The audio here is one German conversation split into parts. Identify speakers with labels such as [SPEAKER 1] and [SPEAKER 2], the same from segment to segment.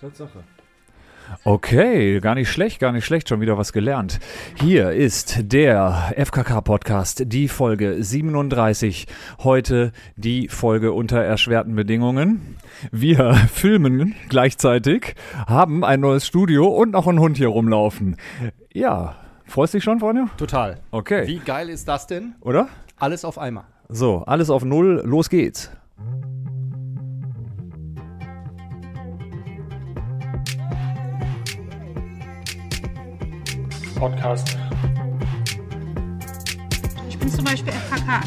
[SPEAKER 1] Tatsache.
[SPEAKER 2] Okay, gar nicht schlecht, gar nicht schlecht, schon wieder was gelernt. Hier ist der FKK-Podcast, die Folge 37. Heute die Folge unter erschwerten Bedingungen. Wir filmen gleichzeitig, haben ein neues Studio und noch einen Hund hier rumlaufen. Ja, freust dich schon, Freunde?
[SPEAKER 3] Total.
[SPEAKER 2] Okay.
[SPEAKER 3] Wie geil ist das denn?
[SPEAKER 2] Oder?
[SPEAKER 3] Alles auf einmal.
[SPEAKER 2] So, alles auf Null, los geht's.
[SPEAKER 4] Podcast.
[SPEAKER 5] Ich bin zum Beispiel FKK.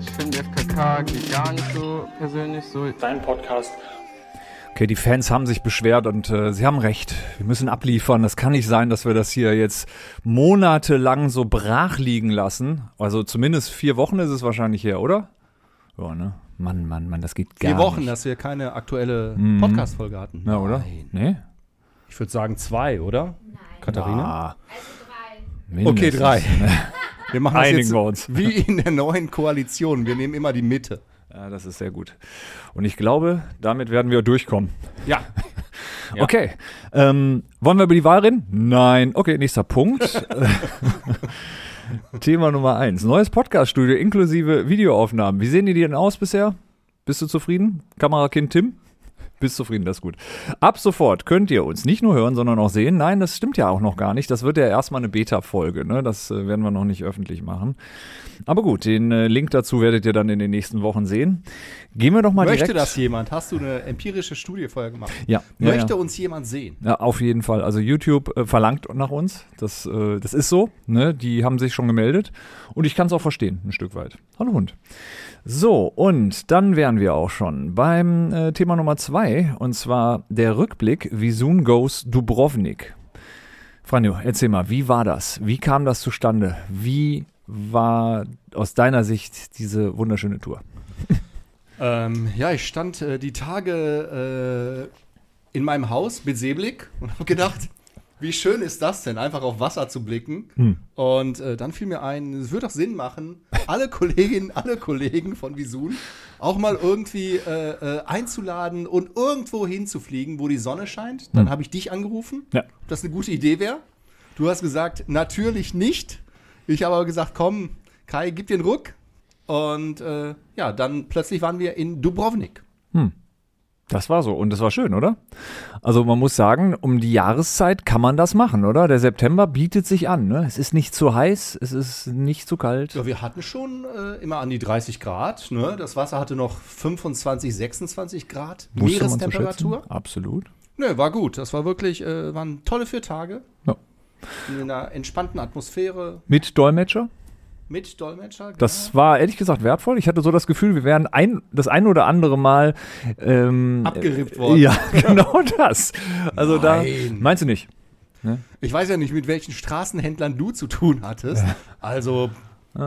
[SPEAKER 4] Ich finde FKK geht gar nicht so persönlich so. Dein Podcast.
[SPEAKER 2] Okay, die Fans haben sich beschwert und äh, sie haben recht. Wir müssen abliefern. Das kann nicht sein, dass wir das hier jetzt monatelang so brach liegen lassen. Also zumindest vier Wochen ist es wahrscheinlich her, oder? Ja, ne? Mann, Mann, Mann, das geht gar
[SPEAKER 3] Vier Wochen,
[SPEAKER 2] nicht.
[SPEAKER 3] dass wir keine aktuelle Podcast-Folge hatten.
[SPEAKER 2] Ja, oder? Nee?
[SPEAKER 3] Ich würde sagen zwei, oder? Katharina?
[SPEAKER 2] Ah,
[SPEAKER 3] okay,
[SPEAKER 2] mindestens.
[SPEAKER 3] drei. Wir machen das
[SPEAKER 2] Einigen
[SPEAKER 3] jetzt
[SPEAKER 2] wir uns.
[SPEAKER 3] wie in der neuen Koalition. Wir nehmen immer die Mitte.
[SPEAKER 2] Ja, das ist sehr gut. Und ich glaube, damit werden wir durchkommen.
[SPEAKER 3] Ja. Ja.
[SPEAKER 2] Okay. Ähm, wollen wir über die Wahl reden? Nein. Okay, nächster Punkt. Thema Nummer eins. Neues Podcast-Studio inklusive Videoaufnahmen. Wie sehen die denn aus bisher? Bist du zufrieden? Kamerakind Tim? Bist zufrieden, das ist gut. Ab sofort könnt ihr uns nicht nur hören, sondern auch sehen. Nein, das stimmt ja auch noch gar nicht. Das wird ja erstmal eine Beta-Folge. Ne? Das äh, werden wir noch nicht öffentlich machen. Aber gut, den äh, Link dazu werdet ihr dann in den nächsten Wochen sehen. Gehen wir doch mal
[SPEAKER 3] Möchte
[SPEAKER 2] direkt.
[SPEAKER 3] das jemand? Hast du eine empirische Studie vorher gemacht?
[SPEAKER 2] Ja, ja,
[SPEAKER 3] Möchte
[SPEAKER 2] ja.
[SPEAKER 3] uns jemand sehen?
[SPEAKER 2] Ja, auf jeden Fall. Also YouTube äh, verlangt nach uns. Das, äh, das ist so. Ne? Die haben sich schon gemeldet. Und ich kann es auch verstehen, ein Stück weit. Hallo Hund. So, und dann wären wir auch schon beim äh, Thema Nummer zwei. Und zwar der Rückblick, wie soon goes Dubrovnik. Franjo, erzähl mal, wie war das? Wie kam das zustande? Wie war aus deiner Sicht diese wunderschöne Tour?
[SPEAKER 3] Ähm, ja, ich stand äh, die Tage äh, in meinem Haus mit Seeblick und habe gedacht, wie schön ist das denn, einfach auf Wasser zu blicken. Und äh, dann fiel mir ein, es würde doch Sinn machen, alle Kolleginnen, alle Kollegen von Visun auch mal irgendwie äh, äh, einzuladen und irgendwo hinzufliegen, wo die Sonne scheint. Dann habe ich dich angerufen,
[SPEAKER 2] Ja.
[SPEAKER 3] ob das eine gute Idee wäre. Du hast gesagt, natürlich nicht. Ich habe aber gesagt, komm, Kai, gib den Ruck. Und äh, ja, dann plötzlich waren wir in Dubrovnik.
[SPEAKER 2] Das war so und das war schön, oder? Also man muss sagen, um die Jahreszeit kann man das machen, oder? Der September bietet sich an. Ne? Es ist nicht zu heiß, es ist nicht zu kalt.
[SPEAKER 3] Ja, wir hatten schon äh, immer an die 30 Grad. Ne? Das Wasser hatte noch 25, 26 Grad
[SPEAKER 2] Wusste man zu
[SPEAKER 3] Meerestemperatur.
[SPEAKER 2] schätzen. Absolut.
[SPEAKER 3] Nö, war gut. Das war wirklich, äh, waren tolle vier Tage.
[SPEAKER 2] Ja.
[SPEAKER 3] In einer entspannten Atmosphäre
[SPEAKER 2] Mit Dolmetscher.
[SPEAKER 3] mit Dolmetscher.
[SPEAKER 2] Das war ehrlich gesagt wertvoll. Ich hatte so das Gefühl, wir wären ein, das ein oder andere Mal ähm,
[SPEAKER 3] Abgerippt worden.
[SPEAKER 2] Ja, genau das. Also da
[SPEAKER 3] Nein.
[SPEAKER 2] meinst du nicht?
[SPEAKER 3] Ich weiß ja nicht, mit welchen Straßenhändlern du zu tun hattest. Also,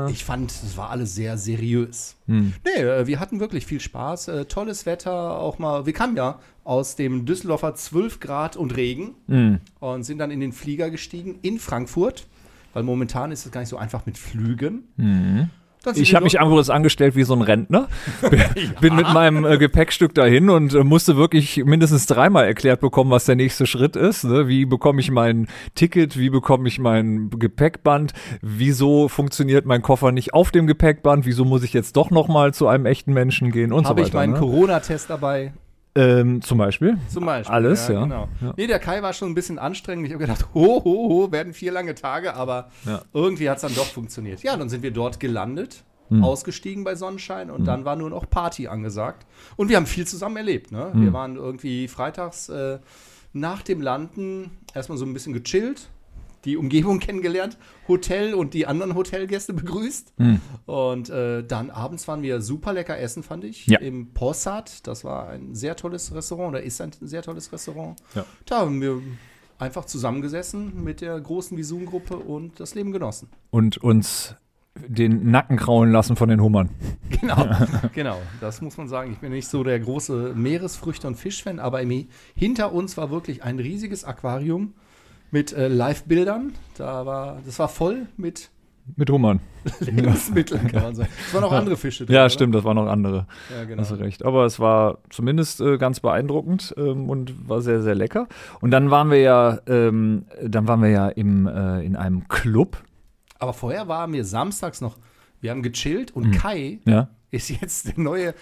[SPEAKER 3] ich fand, es war alles sehr seriös.
[SPEAKER 2] Hm.
[SPEAKER 3] Nee, äh, wir hatten wirklich viel Spaß. Äh, tolles Wetter, auch mal. Wir kamen ja aus dem Düsseldorfer 12 Grad und Regen
[SPEAKER 2] Hm.
[SPEAKER 3] und sind dann in den Flieger gestiegen in Frankfurt, weil momentan ist es gar nicht so einfach mit Flügen. Dann sind
[SPEAKER 2] Hm. Ich
[SPEAKER 3] wir
[SPEAKER 2] habe mich
[SPEAKER 3] dort-
[SPEAKER 2] einfach das angestellt wie so ein Rentner. Bin, bin mit meinem äh, Gepäckstück dahin und äh, musste wirklich mindestens dreimal erklärt bekommen, was der nächste Schritt ist. Ne? Wie bekomme ich mein Ticket? Wie bekomme ich mein Gepäckband? Wieso funktioniert mein Koffer nicht auf dem Gepäckband? Wieso muss ich jetzt doch nochmal zu einem echten Menschen gehen und so
[SPEAKER 3] habe
[SPEAKER 2] weiter?
[SPEAKER 3] ich meinen
[SPEAKER 2] ne?
[SPEAKER 3] Corona-Test dabei.
[SPEAKER 2] ähm, zum Beispiel.
[SPEAKER 3] Zum Beispiel.
[SPEAKER 2] Alles, ja.
[SPEAKER 3] Genau.
[SPEAKER 2] Ja.
[SPEAKER 3] Nee, der Kai war schon ein bisschen anstrengend. Ich habe gedacht, ho, ho, ho, werden vier lange Tage, aber
[SPEAKER 2] Ja.
[SPEAKER 3] irgendwie hat es dann doch funktioniert. Ja, dann sind wir dort gelandet,
[SPEAKER 2] Hm.
[SPEAKER 3] ausgestiegen bei Sonnenschein und dann war nur noch Party angesagt. Und wir haben viel zusammen erlebt. Ne?
[SPEAKER 2] Hm.
[SPEAKER 3] Wir waren irgendwie freitags äh, nach dem Landen erstmal so ein bisschen gechillt. Die Umgebung kennengelernt, Hotel und die anderen Hotelgäste begrüßt.
[SPEAKER 2] Hm.
[SPEAKER 3] Und äh, dann abends waren wir super lecker essen, fand ich.
[SPEAKER 2] Ja.
[SPEAKER 3] Im Possat. Das war ein sehr tolles Restaurant oder ist ein sehr tolles Restaurant.
[SPEAKER 2] Ja.
[SPEAKER 3] Da haben wir einfach zusammengesessen mit der großen Visum-Gruppe und das Leben genossen.
[SPEAKER 2] Und uns den Nacken kraulen lassen von den Hummern.
[SPEAKER 3] Genau, genau. Das muss man sagen. Ich bin nicht so der große Meeresfrüchte- und Fischfan, aber im, hinter uns war wirklich ein riesiges Aquarium mit äh, Live-Bildern. Da war, das war voll mit
[SPEAKER 2] mit Hummern.
[SPEAKER 3] Lebensmittel kann man sagen. Es waren auch andere Fische drin.
[SPEAKER 2] Ja,
[SPEAKER 3] oder?
[SPEAKER 2] stimmt, Also, das waren noch andere.
[SPEAKER 3] Ja, genau.
[SPEAKER 2] Hast du recht. Aber es war zumindest äh, ganz beeindruckend ähm, und war sehr, sehr lecker. Und dann waren wir ja, ähm, dann waren wir ja im, äh, in einem Club.
[SPEAKER 3] Aber vorher waren wir samstags noch, wir haben gechillt
[SPEAKER 2] Mhm.
[SPEAKER 3] und Kai
[SPEAKER 2] Ja.
[SPEAKER 3] ist jetzt der neue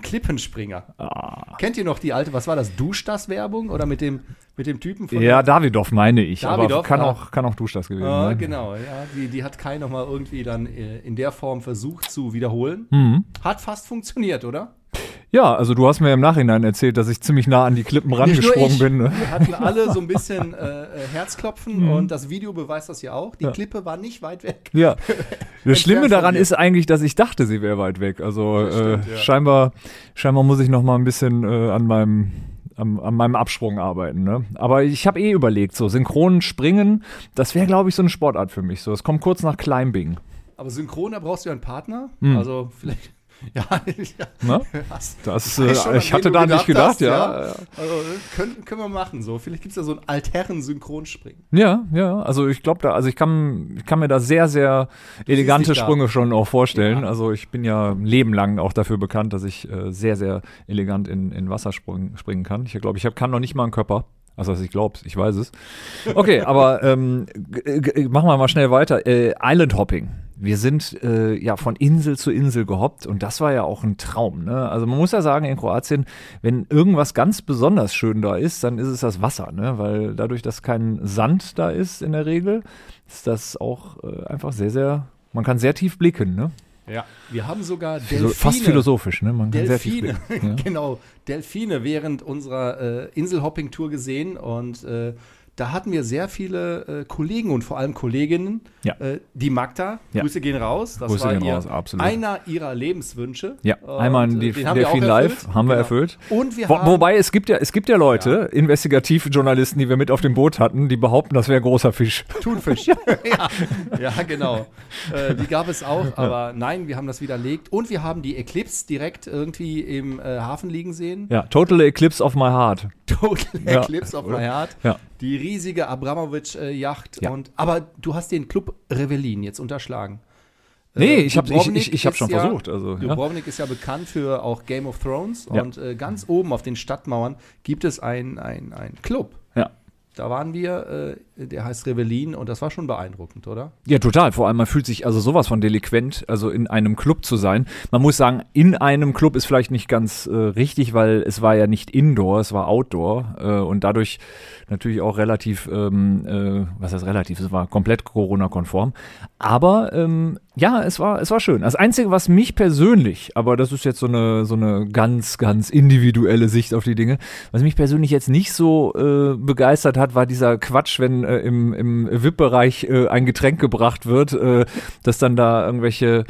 [SPEAKER 3] Visun-Klippenspringer.
[SPEAKER 2] Ah.
[SPEAKER 3] Kennt ihr noch die alte, was war das, Duschdas-Werbung oder mit dem, mit dem Typen von
[SPEAKER 2] Ja, Davidoff meine ich. aber
[SPEAKER 3] Davidoff,
[SPEAKER 2] kann,
[SPEAKER 3] ja.
[SPEAKER 2] auch, kann auch Duschdas gewesen
[SPEAKER 3] Ah,
[SPEAKER 2] sein.
[SPEAKER 3] genau, ja. Die, die hat Kai nochmal irgendwie dann äh, in der Form versucht zu wiederholen.
[SPEAKER 2] Mhm.
[SPEAKER 3] Hat fast funktioniert, oder?
[SPEAKER 2] Ja, also du hast mir im Nachhinein erzählt, dass ich ziemlich nah an die Klippen rangesprungen bin. Ne?
[SPEAKER 3] Wir hatten alle so ein bisschen äh, äh, Herzklopfen
[SPEAKER 2] Mhm.
[SPEAKER 3] und das Video beweist das ja auch. Die Klippe war nicht weit weg.
[SPEAKER 2] Ja. Das Schlimme
[SPEAKER 3] von
[SPEAKER 2] daran
[SPEAKER 3] mir.
[SPEAKER 2] ist eigentlich, dass ich dachte, sie wäre weit weg. Also
[SPEAKER 3] stimmt,
[SPEAKER 2] äh,
[SPEAKER 3] ja.
[SPEAKER 2] scheinbar, scheinbar muss ich noch mal ein bisschen äh, an meinem an, an meinem Absprung arbeiten. Ne? Aber ich habe eh überlegt, so synchron springen, das wäre, glaube ich, so eine Sportart für mich. So, das kommt kurz nach Climbing.
[SPEAKER 3] Aber synchron, da brauchst du ja einen Partner.
[SPEAKER 2] Mhm.
[SPEAKER 3] Also vielleicht. Ja, ja.
[SPEAKER 2] Ne?
[SPEAKER 3] Hast-
[SPEAKER 2] Das,
[SPEAKER 3] weiß schon,
[SPEAKER 2] äh,
[SPEAKER 3] an
[SPEAKER 2] ich
[SPEAKER 3] wen
[SPEAKER 2] hatte
[SPEAKER 3] du
[SPEAKER 2] da nicht gedacht,
[SPEAKER 3] hast,
[SPEAKER 2] ja. ja.
[SPEAKER 3] Also, können, können wir machen so. Vielleicht gibt es ja so einen alterren Synchronspringen.
[SPEAKER 2] Ja, ja, also ich glaube da, also ich kann, ich kann mir da sehr, sehr elegante
[SPEAKER 3] dich da.
[SPEAKER 2] Sprünge schon auch vorstellen. Also ich bin ja ein Leben lang auch dafür bekannt, dass ich äh, sehr, sehr elegant in, in Wasser springen, springen kann. Ich glaube, ich hab, kann noch nicht mal einen Körper. Also ich glaub's, ich weiß es. Okay, aber ähm, g- g- machen wir mal schnell weiter. Äh, Island Hopping. Wir sind äh, ja von Insel zu Insel gehoppt und das war ja auch ein Traum. Ne? Also man muss ja sagen, in Kroatien, wenn irgendwas ganz besonders schön da ist, dann ist es das Wasser, ne? weil dadurch, dass kein Sand da ist in der Regel, ist das auch äh, einfach sehr, sehr, man kann sehr tief blicken. Ne?
[SPEAKER 3] Ja. Wir haben sogar
[SPEAKER 2] So,
[SPEAKER 3] Delfine.
[SPEAKER 2] fast philosophisch, ne? man kann sehr
[SPEAKER 3] Delfine,
[SPEAKER 2] tief blicken. ne? Ja.
[SPEAKER 3] genau, Delfine während unserer äh, Inselhopping-Tour gesehen und äh, da hatten wir sehr viele äh, Kollegen und vor allem Kolleginnen.
[SPEAKER 2] Ja.
[SPEAKER 3] Äh, die Magda,
[SPEAKER 2] Ja.
[SPEAKER 3] Grüße gehen raus. Das
[SPEAKER 2] Grüße
[SPEAKER 3] war
[SPEAKER 2] gehen
[SPEAKER 3] ihr
[SPEAKER 2] raus, absolut.
[SPEAKER 3] einer ihrer Lebenswünsche.
[SPEAKER 2] Ja,
[SPEAKER 3] Und,
[SPEAKER 2] einmal
[SPEAKER 3] äh,
[SPEAKER 2] in die
[SPEAKER 3] den haben wir auch
[SPEAKER 2] Delfin
[SPEAKER 3] erfüllt.
[SPEAKER 2] Live haben wir
[SPEAKER 3] Genau.
[SPEAKER 2] erfüllt.
[SPEAKER 3] Und wir
[SPEAKER 2] Wo,
[SPEAKER 3] haben
[SPEAKER 2] wobei es gibt ja, es gibt ja Leute, Investigativjournalisten, die wir mit auf dem Boot hatten, die behaupten, das wäre großer Fisch.
[SPEAKER 3] Thunfisch. ja. ja, genau. Äh, die gab es auch, aber nein, wir haben das widerlegt. Und wir haben die Eclipse direkt irgendwie im äh, Hafen liegen sehen.
[SPEAKER 2] Ja, Total Eclipse of My Heart.
[SPEAKER 3] Äh, Total
[SPEAKER 2] Ja.
[SPEAKER 3] Eclipse of my heart.
[SPEAKER 2] Ja.
[SPEAKER 3] Die riesige Abramowitsch-Yacht.
[SPEAKER 2] Ja.
[SPEAKER 3] Und Aber du hast den Club Revelin jetzt unterschlagen.
[SPEAKER 2] Nee,
[SPEAKER 3] Äh,
[SPEAKER 2] ich habe ich,
[SPEAKER 3] Dubrovnik
[SPEAKER 2] ich, ich hab
[SPEAKER 3] ist
[SPEAKER 2] schon
[SPEAKER 3] ja-
[SPEAKER 2] versucht. Also, ja.
[SPEAKER 3] Dubrovnik ist ja bekannt für auch Game of Thrones.
[SPEAKER 2] Ja.
[SPEAKER 3] Und äh, ganz oben auf den Stadtmauern gibt es einen ein Club.
[SPEAKER 2] Ja.
[SPEAKER 3] Da waren wir, äh, der heißt Revelin und das war schon beeindruckend, oder?
[SPEAKER 2] ja, total. Vor allem, man fühlt sich also sowas von delinquent, also in einem Club zu sein. Man muss sagen, in einem Club ist vielleicht nicht ganz äh, richtig, weil es war ja nicht Indoor, es war Outdoor. Äh, und dadurch natürlich auch relativ, ähm, äh, was heißt relativ, es war komplett Corona-konform. Aber ähm, ja, es war, es war schön. Das Einzige, was mich persönlich, aber das ist jetzt so eine, so eine ganz, ganz individuelle Sicht auf die Dinge, was mich persönlich jetzt nicht so äh, begeistert hat, war dieser Quatsch, wenn äh, im, im VIP-Bereich äh, ein Getränk gebracht wird, äh, dass dann da irgendwelche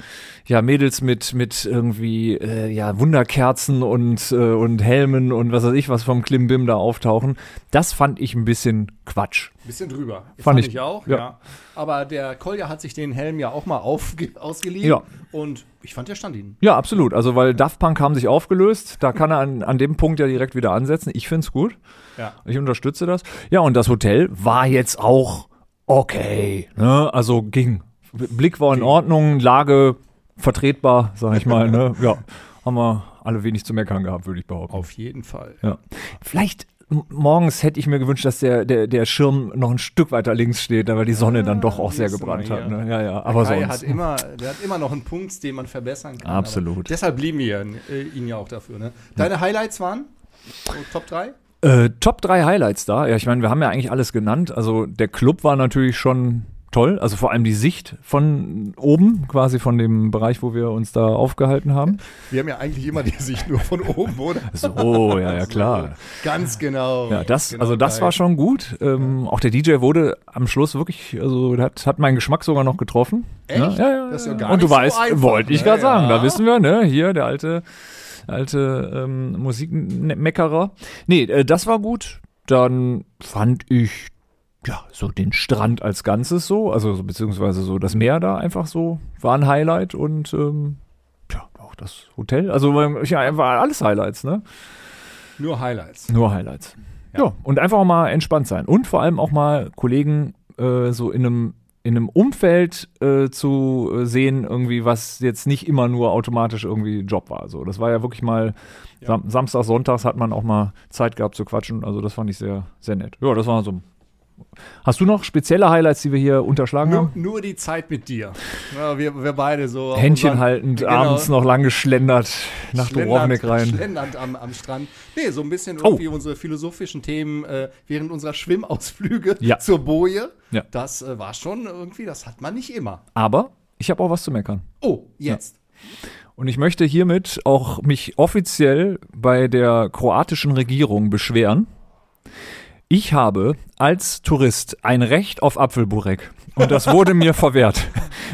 [SPEAKER 2] ja, Mädels mit, mit irgendwie äh, ja, Wunderkerzen und, äh, und Helmen und was weiß ich was vom Klimbim da auftauchen. Das fand ich ein bisschen Quatsch.
[SPEAKER 3] Bisschen drüber. Fand,
[SPEAKER 2] ich-
[SPEAKER 3] auch,
[SPEAKER 2] ja.
[SPEAKER 3] ja. Aber der Kolja hat sich den Helm ja auch mal aufge ausgeliehen.
[SPEAKER 2] Ja.
[SPEAKER 3] Und ich fand, der stand ihn.
[SPEAKER 2] Ja, absolut. Also, weil Daft Punk haben sich aufgelöst. Da kann er an, an dem Punkt ja direkt wieder ansetzen. Ich find's gut.
[SPEAKER 3] Ja.
[SPEAKER 2] Ich unterstütze das. Ja, und das Hotel war jetzt auch okay. Ne? Also ging. B- Blick war in Ordnung, Lage vertretbar, sag ich mal. Ne? Ja, haben wir alle wenig zu meckern gehabt, würde ich behaupten.
[SPEAKER 3] Auf jeden Fall.
[SPEAKER 2] Ja. Vielleicht m- morgens hätte ich mir gewünscht, dass der, der, der Schirm noch ein Stück weiter links steht, weil Ah, die Sonne dann doch auch sehr
[SPEAKER 3] siehst du
[SPEAKER 2] gebrannt
[SPEAKER 3] mal
[SPEAKER 2] hat.
[SPEAKER 3] hier.
[SPEAKER 2] Ne? Ja, ja, aber
[SPEAKER 3] Kai
[SPEAKER 2] sonst.
[SPEAKER 3] hat immer, der hat immer noch einen Punkt, den man verbessern kann.
[SPEAKER 2] Absolut.
[SPEAKER 3] Aber Deshalb blieben wir äh, ihn ja auch dafür. Ne? Deine Highlights waren? So, Top 3?
[SPEAKER 2] Äh, Top 3 Highlights da. Ja, ich meine, wir haben ja eigentlich alles genannt. Also der Club war natürlich schon toll. Also vor allem die Sicht von oben, quasi von dem Bereich, wo wir uns da aufgehalten haben.
[SPEAKER 3] Wir haben ja eigentlich immer die Sicht nur von oben, oder?
[SPEAKER 2] So, ja, ja, klar.
[SPEAKER 3] Ganz genau.
[SPEAKER 2] Ja, das,
[SPEAKER 3] Genau,
[SPEAKER 2] also das
[SPEAKER 3] Kai.
[SPEAKER 2] war schon gut. Ähm, Auch der DJ wurde am Schluss wirklich, also der hat, hat meinen Geschmack sogar noch getroffen.
[SPEAKER 3] Echt?
[SPEAKER 2] Ja, ja, ja.
[SPEAKER 3] Das ist ja gar
[SPEAKER 2] Und du
[SPEAKER 3] nicht so
[SPEAKER 2] weißt,
[SPEAKER 3] einfach,
[SPEAKER 2] wollte ich
[SPEAKER 3] ne?
[SPEAKER 2] gerade sagen, da
[SPEAKER 3] Ja.
[SPEAKER 2] wissen wir, ne, hier der alte, alte ähm, Musikmeckerer. Nee, äh, das war gut. Dann fand ich ja so den Strand als Ganzes so, also so, beziehungsweise so das Meer da einfach so war ein Highlight und ähm, ja auch das Hotel. Also ähm, ja, war alles Highlights, ne?
[SPEAKER 3] Nur Highlights.
[SPEAKER 2] Nur Highlights. Ja. und einfach auch mal entspannt sein. Und vor allem auch mal Kollegen äh, so in einem in einem Umfeld äh, zu äh, sehen, irgendwie, was jetzt nicht immer nur automatisch irgendwie Job war. So, das war ja wirklich mal Sam Samstag, Sonntags hat man auch mal Zeit gehabt zu quatschen. Also das fand ich sehr, sehr nett. Ja, das war so. Hast du noch spezielle Highlights, die wir hier unterschlagen
[SPEAKER 3] Nur,
[SPEAKER 2] haben?
[SPEAKER 3] nur die Zeit mit dir. Ja, wir, wir beide so. auf
[SPEAKER 2] Händchen
[SPEAKER 3] unseren-
[SPEAKER 2] haltend,
[SPEAKER 3] Genau.
[SPEAKER 2] abends noch lang geschlendert nach Dubrovnik rein.
[SPEAKER 3] Schlendernd am, am Strand. Nee, so ein bisschen
[SPEAKER 2] Oh.
[SPEAKER 3] irgendwie unsere philosophischen Themen äh, während unserer Schwimmausflüge
[SPEAKER 2] Ja.
[SPEAKER 3] zur Boje.
[SPEAKER 2] Ja.
[SPEAKER 3] Das äh, war schon irgendwie, das hat man nicht immer.
[SPEAKER 2] Aber ich habe auch was zu meckern.
[SPEAKER 3] Oh, jetzt.
[SPEAKER 2] Und ich möchte hiermit auch mich offiziell bei der kroatischen Regierung beschweren. Ich habe als Tourist ein Recht auf Apfelburek und das wurde mir verwehrt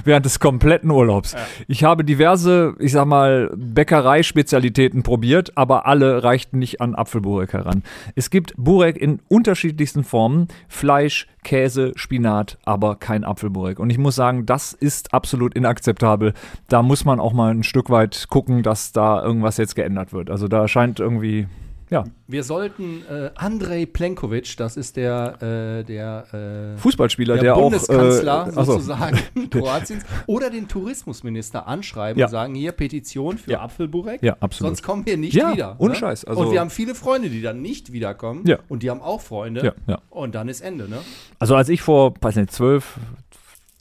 [SPEAKER 2] während des kompletten Urlaubs. Ich habe diverse, ich sag mal, Bäckereispezialitäten probiert, aber alle reichten nicht an Apfelburek heran. Es gibt Burek in unterschiedlichsten Formen, Fleisch, Käse, Spinat, aber kein Apfelburek. Und ich muss sagen, das ist absolut inakzeptabel. Da muss man auch mal ein Stück weit gucken, dass da irgendwas jetzt geändert wird. Also da scheint irgendwie, ja,
[SPEAKER 3] Wir sollten äh, Andrej Plenkovic, das ist der, äh, der, äh,
[SPEAKER 2] Fußballspieler, der,
[SPEAKER 3] der
[SPEAKER 2] auch.
[SPEAKER 3] Bundeskanzler
[SPEAKER 2] äh, achso.
[SPEAKER 3] sozusagen Kroatiens, oder den Tourismusminister anschreiben
[SPEAKER 2] Ja.
[SPEAKER 3] und sagen, hier Petition für
[SPEAKER 2] Ja.
[SPEAKER 3] Apfelburek.
[SPEAKER 2] Ja, absolut.
[SPEAKER 3] Sonst kommen wir nicht
[SPEAKER 2] Ja,
[SPEAKER 3] wieder. ne?
[SPEAKER 2] ohne Scheiß, also-
[SPEAKER 3] und wir haben viele Freunde, die dann nicht wiederkommen.
[SPEAKER 2] Ja.
[SPEAKER 3] Und die haben auch Freunde.
[SPEAKER 2] Ja, ja.
[SPEAKER 3] Und dann ist Ende, ne?
[SPEAKER 2] Also als ich vor, weiß nicht, 12,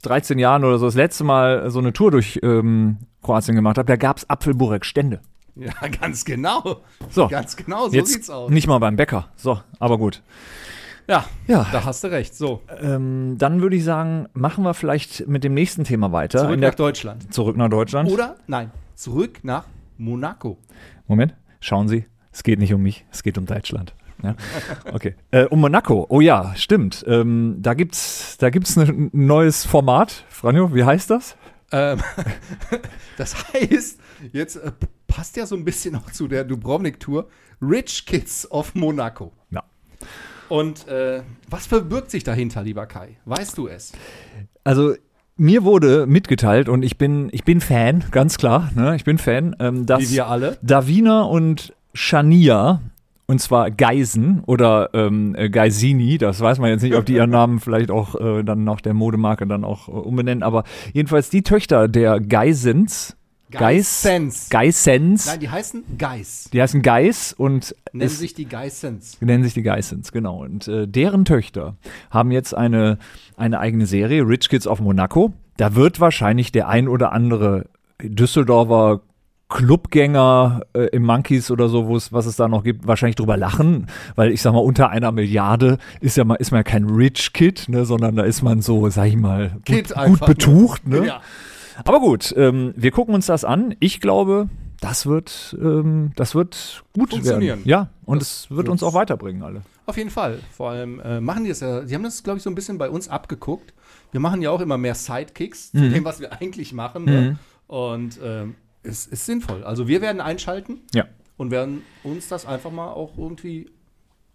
[SPEAKER 2] 13 Jahren oder so das letzte Mal so eine Tour durch ähm, Kroatien gemacht habe, da gab es Apfelburek-Stände.
[SPEAKER 3] Ja, ganz genau.
[SPEAKER 2] So.
[SPEAKER 3] Ganz genau, so
[SPEAKER 2] Jetzt
[SPEAKER 3] sieht's aus.
[SPEAKER 2] nicht mal beim Bäcker. So, aber gut.
[SPEAKER 3] Ja,
[SPEAKER 2] Ja.
[SPEAKER 3] da hast du recht. So,
[SPEAKER 2] Ähm, dann würde ich sagen, machen wir vielleicht mit dem nächsten Thema weiter.
[SPEAKER 3] zurück
[SPEAKER 2] In der-
[SPEAKER 3] nach Deutschland.
[SPEAKER 2] zurück nach Deutschland.
[SPEAKER 3] Oder, nein, zurück nach Monaco.
[SPEAKER 2] Moment, schauen Sie, es geht nicht um mich, es geht um Deutschland. Ja? Okay. Äh, um Monaco, oh ja, stimmt. Ähm, da gibt es da gibt's ne- ein neues Format. Franjo, wie heißt das?
[SPEAKER 3] Ähm, das heißt, jetzt äh, passt ja so ein bisschen auch zu der Dubrovnik-Tour. Rich Kids of Monaco.
[SPEAKER 2] Ja.
[SPEAKER 3] Und äh, was verbirgt sich dahinter, lieber Kai? Weißt du es?
[SPEAKER 2] Also mir wurde mitgeteilt und ich bin, ich bin Fan, ganz klar, ne? ich bin Fan, ähm, dass
[SPEAKER 3] alle.
[SPEAKER 2] Davina und Shania, und zwar Geisen oder ähm, äh, Geisini, das weiß man jetzt nicht, ob die ihren Namen vielleicht auch äh, dann nach der Modemarke dann auch äh, umbenennen, aber jedenfalls die Töchter der Geisens, Geis-
[SPEAKER 3] Geissens.
[SPEAKER 2] Geissens,
[SPEAKER 3] Nein, die heißen Geis.
[SPEAKER 2] die heißen Geis und
[SPEAKER 3] Nennen
[SPEAKER 2] ist-
[SPEAKER 3] sich die Geissens.
[SPEAKER 2] nennen sich die Geissens, genau. Und äh, deren Töchter haben jetzt eine, eine eigene Serie, Rich Kids of Monaco. Da wird wahrscheinlich der ein oder andere Düsseldorfer Clubgänger äh, im Monkeys oder so, wo es, was es da noch gibt, wahrscheinlich drüber lachen, weil ich sag mal, unter einer Milliarde ist ja mal, ist man ja kein Rich Kid, ne, sondern da ist man so, sag ich mal, gut,
[SPEAKER 3] Kid
[SPEAKER 2] gut
[SPEAKER 3] einfach, ne?
[SPEAKER 2] betucht, ne?
[SPEAKER 3] Ja.
[SPEAKER 2] Aber gut, ähm, wir gucken uns das an. Ich glaube, das wird, ähm, das wird gut
[SPEAKER 3] Funktionieren.
[SPEAKER 2] werden. Ja, und es wird
[SPEAKER 3] wird's.
[SPEAKER 2] uns auch weiterbringen, alle.
[SPEAKER 3] Auf jeden Fall. Vor allem äh, machen die es ja, die haben das, glaube ich, so ein bisschen bei uns abgeguckt. Wir machen ja auch immer mehr Sidekicks
[SPEAKER 2] Mhm.
[SPEAKER 3] zu dem, was wir eigentlich machen. Ne? Und ähm, es ist sinnvoll. Also wir werden einschalten
[SPEAKER 2] Ja.
[SPEAKER 3] und werden uns das einfach mal auch irgendwie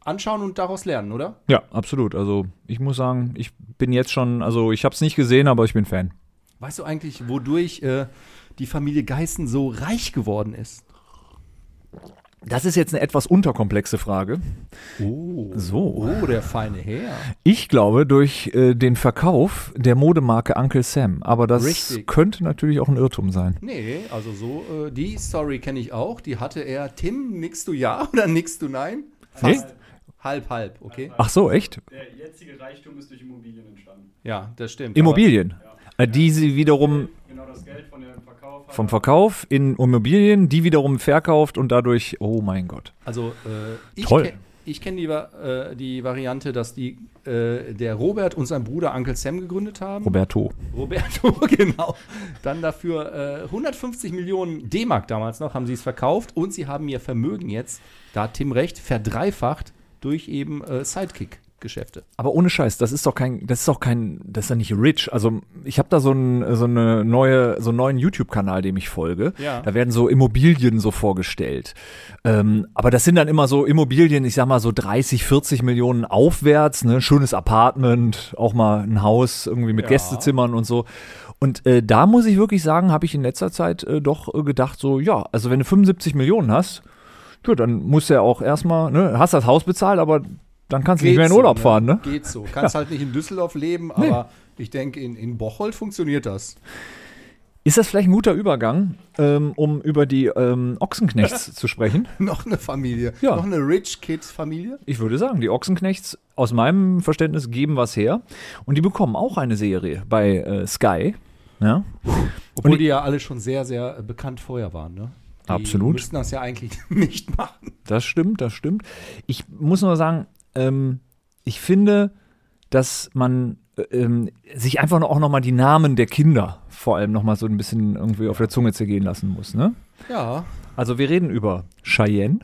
[SPEAKER 3] anschauen und daraus lernen, oder?
[SPEAKER 2] Ja, absolut. Also ich muss sagen, ich bin jetzt schon, also ich habe es nicht gesehen, aber ich bin Fan.
[SPEAKER 3] Weißt du eigentlich, wodurch äh, die Familie Geißen so reich geworden ist?
[SPEAKER 2] Das ist jetzt eine etwas unterkomplexe Frage.
[SPEAKER 3] Oh.
[SPEAKER 2] So.
[SPEAKER 3] Oh, der feine Herr.
[SPEAKER 2] Ich glaube, durch äh, den Verkauf der Modemarke Uncle Sam. Aber das
[SPEAKER 3] Richtig.
[SPEAKER 2] könnte natürlich auch ein Irrtum sein.
[SPEAKER 3] Nee, also so, äh, die Story kenne ich auch. Die hatte er, Tim, nix du ja oder nix du nein?
[SPEAKER 2] Nee?
[SPEAKER 3] Halb, halb, okay?
[SPEAKER 2] Ach so, echt?
[SPEAKER 1] Der jetzige Reichtum ist durch Immobilien entstanden.
[SPEAKER 3] Ja, das stimmt.
[SPEAKER 2] Immobilien. Äh, Die sie wiederum
[SPEAKER 1] Genau das Geld von dem Verkauf hat
[SPEAKER 2] vom Verkauf in Immobilien, die wiederum verkauft und dadurch, oh mein Gott.
[SPEAKER 3] Aber, also, äh, ich
[SPEAKER 2] Toll.
[SPEAKER 3] kenn- Ich kenne die, Va- äh, die Variante, dass die, äh, der Robert und sein Bruder Uncle Sam gegründet haben.
[SPEAKER 2] Roberto.
[SPEAKER 3] Roberto, genau. Dann dafür äh, 150 Millionen D-Mark damals noch, haben sie es verkauft und sie haben ihr Vermögen jetzt, da hat Tim recht, verdreifacht durch eben äh, Sidekick-Geschäfte.
[SPEAKER 2] Aber ohne Scheiß, das ist doch kein, das ist doch kein, das ist ja nicht rich. Also ich habe da so, ein, so eine neue, so einen neuen YouTube-Kanal, dem ich folge.
[SPEAKER 3] Ja.
[SPEAKER 2] Da werden so Immobilien so vorgestellt. Ähm, aber das sind dann immer so Immobilien, ich sag mal so 30, 40 Millionen aufwärts, ne? Schönes Apartment, auch mal ein Haus irgendwie mit Gästezimmern und so. Und äh, da muss ich wirklich sagen, habe ich in letzter Zeit äh, doch äh, gedacht, so, ja, also wenn du 75 Millionen hast, ja, dann muss ja auch erstmal, ne, hast das Haus bezahlt, aber dann kannst du nicht mehr in Urlaub
[SPEAKER 3] so,
[SPEAKER 2] fahren, ne?
[SPEAKER 3] Geht so. Kannst halt nicht in Düsseldorf leben, aber ich denke, in, in Bocholt funktioniert das.
[SPEAKER 2] Ist das vielleicht ein guter Übergang, ähm, um über die ähm, Ochsenknechts zu sprechen?
[SPEAKER 3] Noch eine Familie.
[SPEAKER 2] Ja.
[SPEAKER 3] Noch eine Rich Kids Familie.
[SPEAKER 2] Ich würde sagen, die Ochsenknechts aus meinem Verständnis geben was her und die bekommen auch eine Serie bei äh, Sky. Ja?
[SPEAKER 3] Obwohl
[SPEAKER 2] Und-
[SPEAKER 3] die ja alle schon sehr, sehr äh, bekannt vorher waren, ne? Die
[SPEAKER 2] Absolut.
[SPEAKER 3] müssten das ja eigentlich nicht machen.
[SPEAKER 2] Das stimmt, das stimmt. Ich muss nur sagen, ähm, ich finde, dass man äh, ähm, sich einfach noch- auch nochmal die Namen der Kinder vor allem nochmal so ein bisschen irgendwie auf der Zunge zergehen lassen muss. Ne?
[SPEAKER 3] Ja.
[SPEAKER 2] Also wir reden über Cheyenne.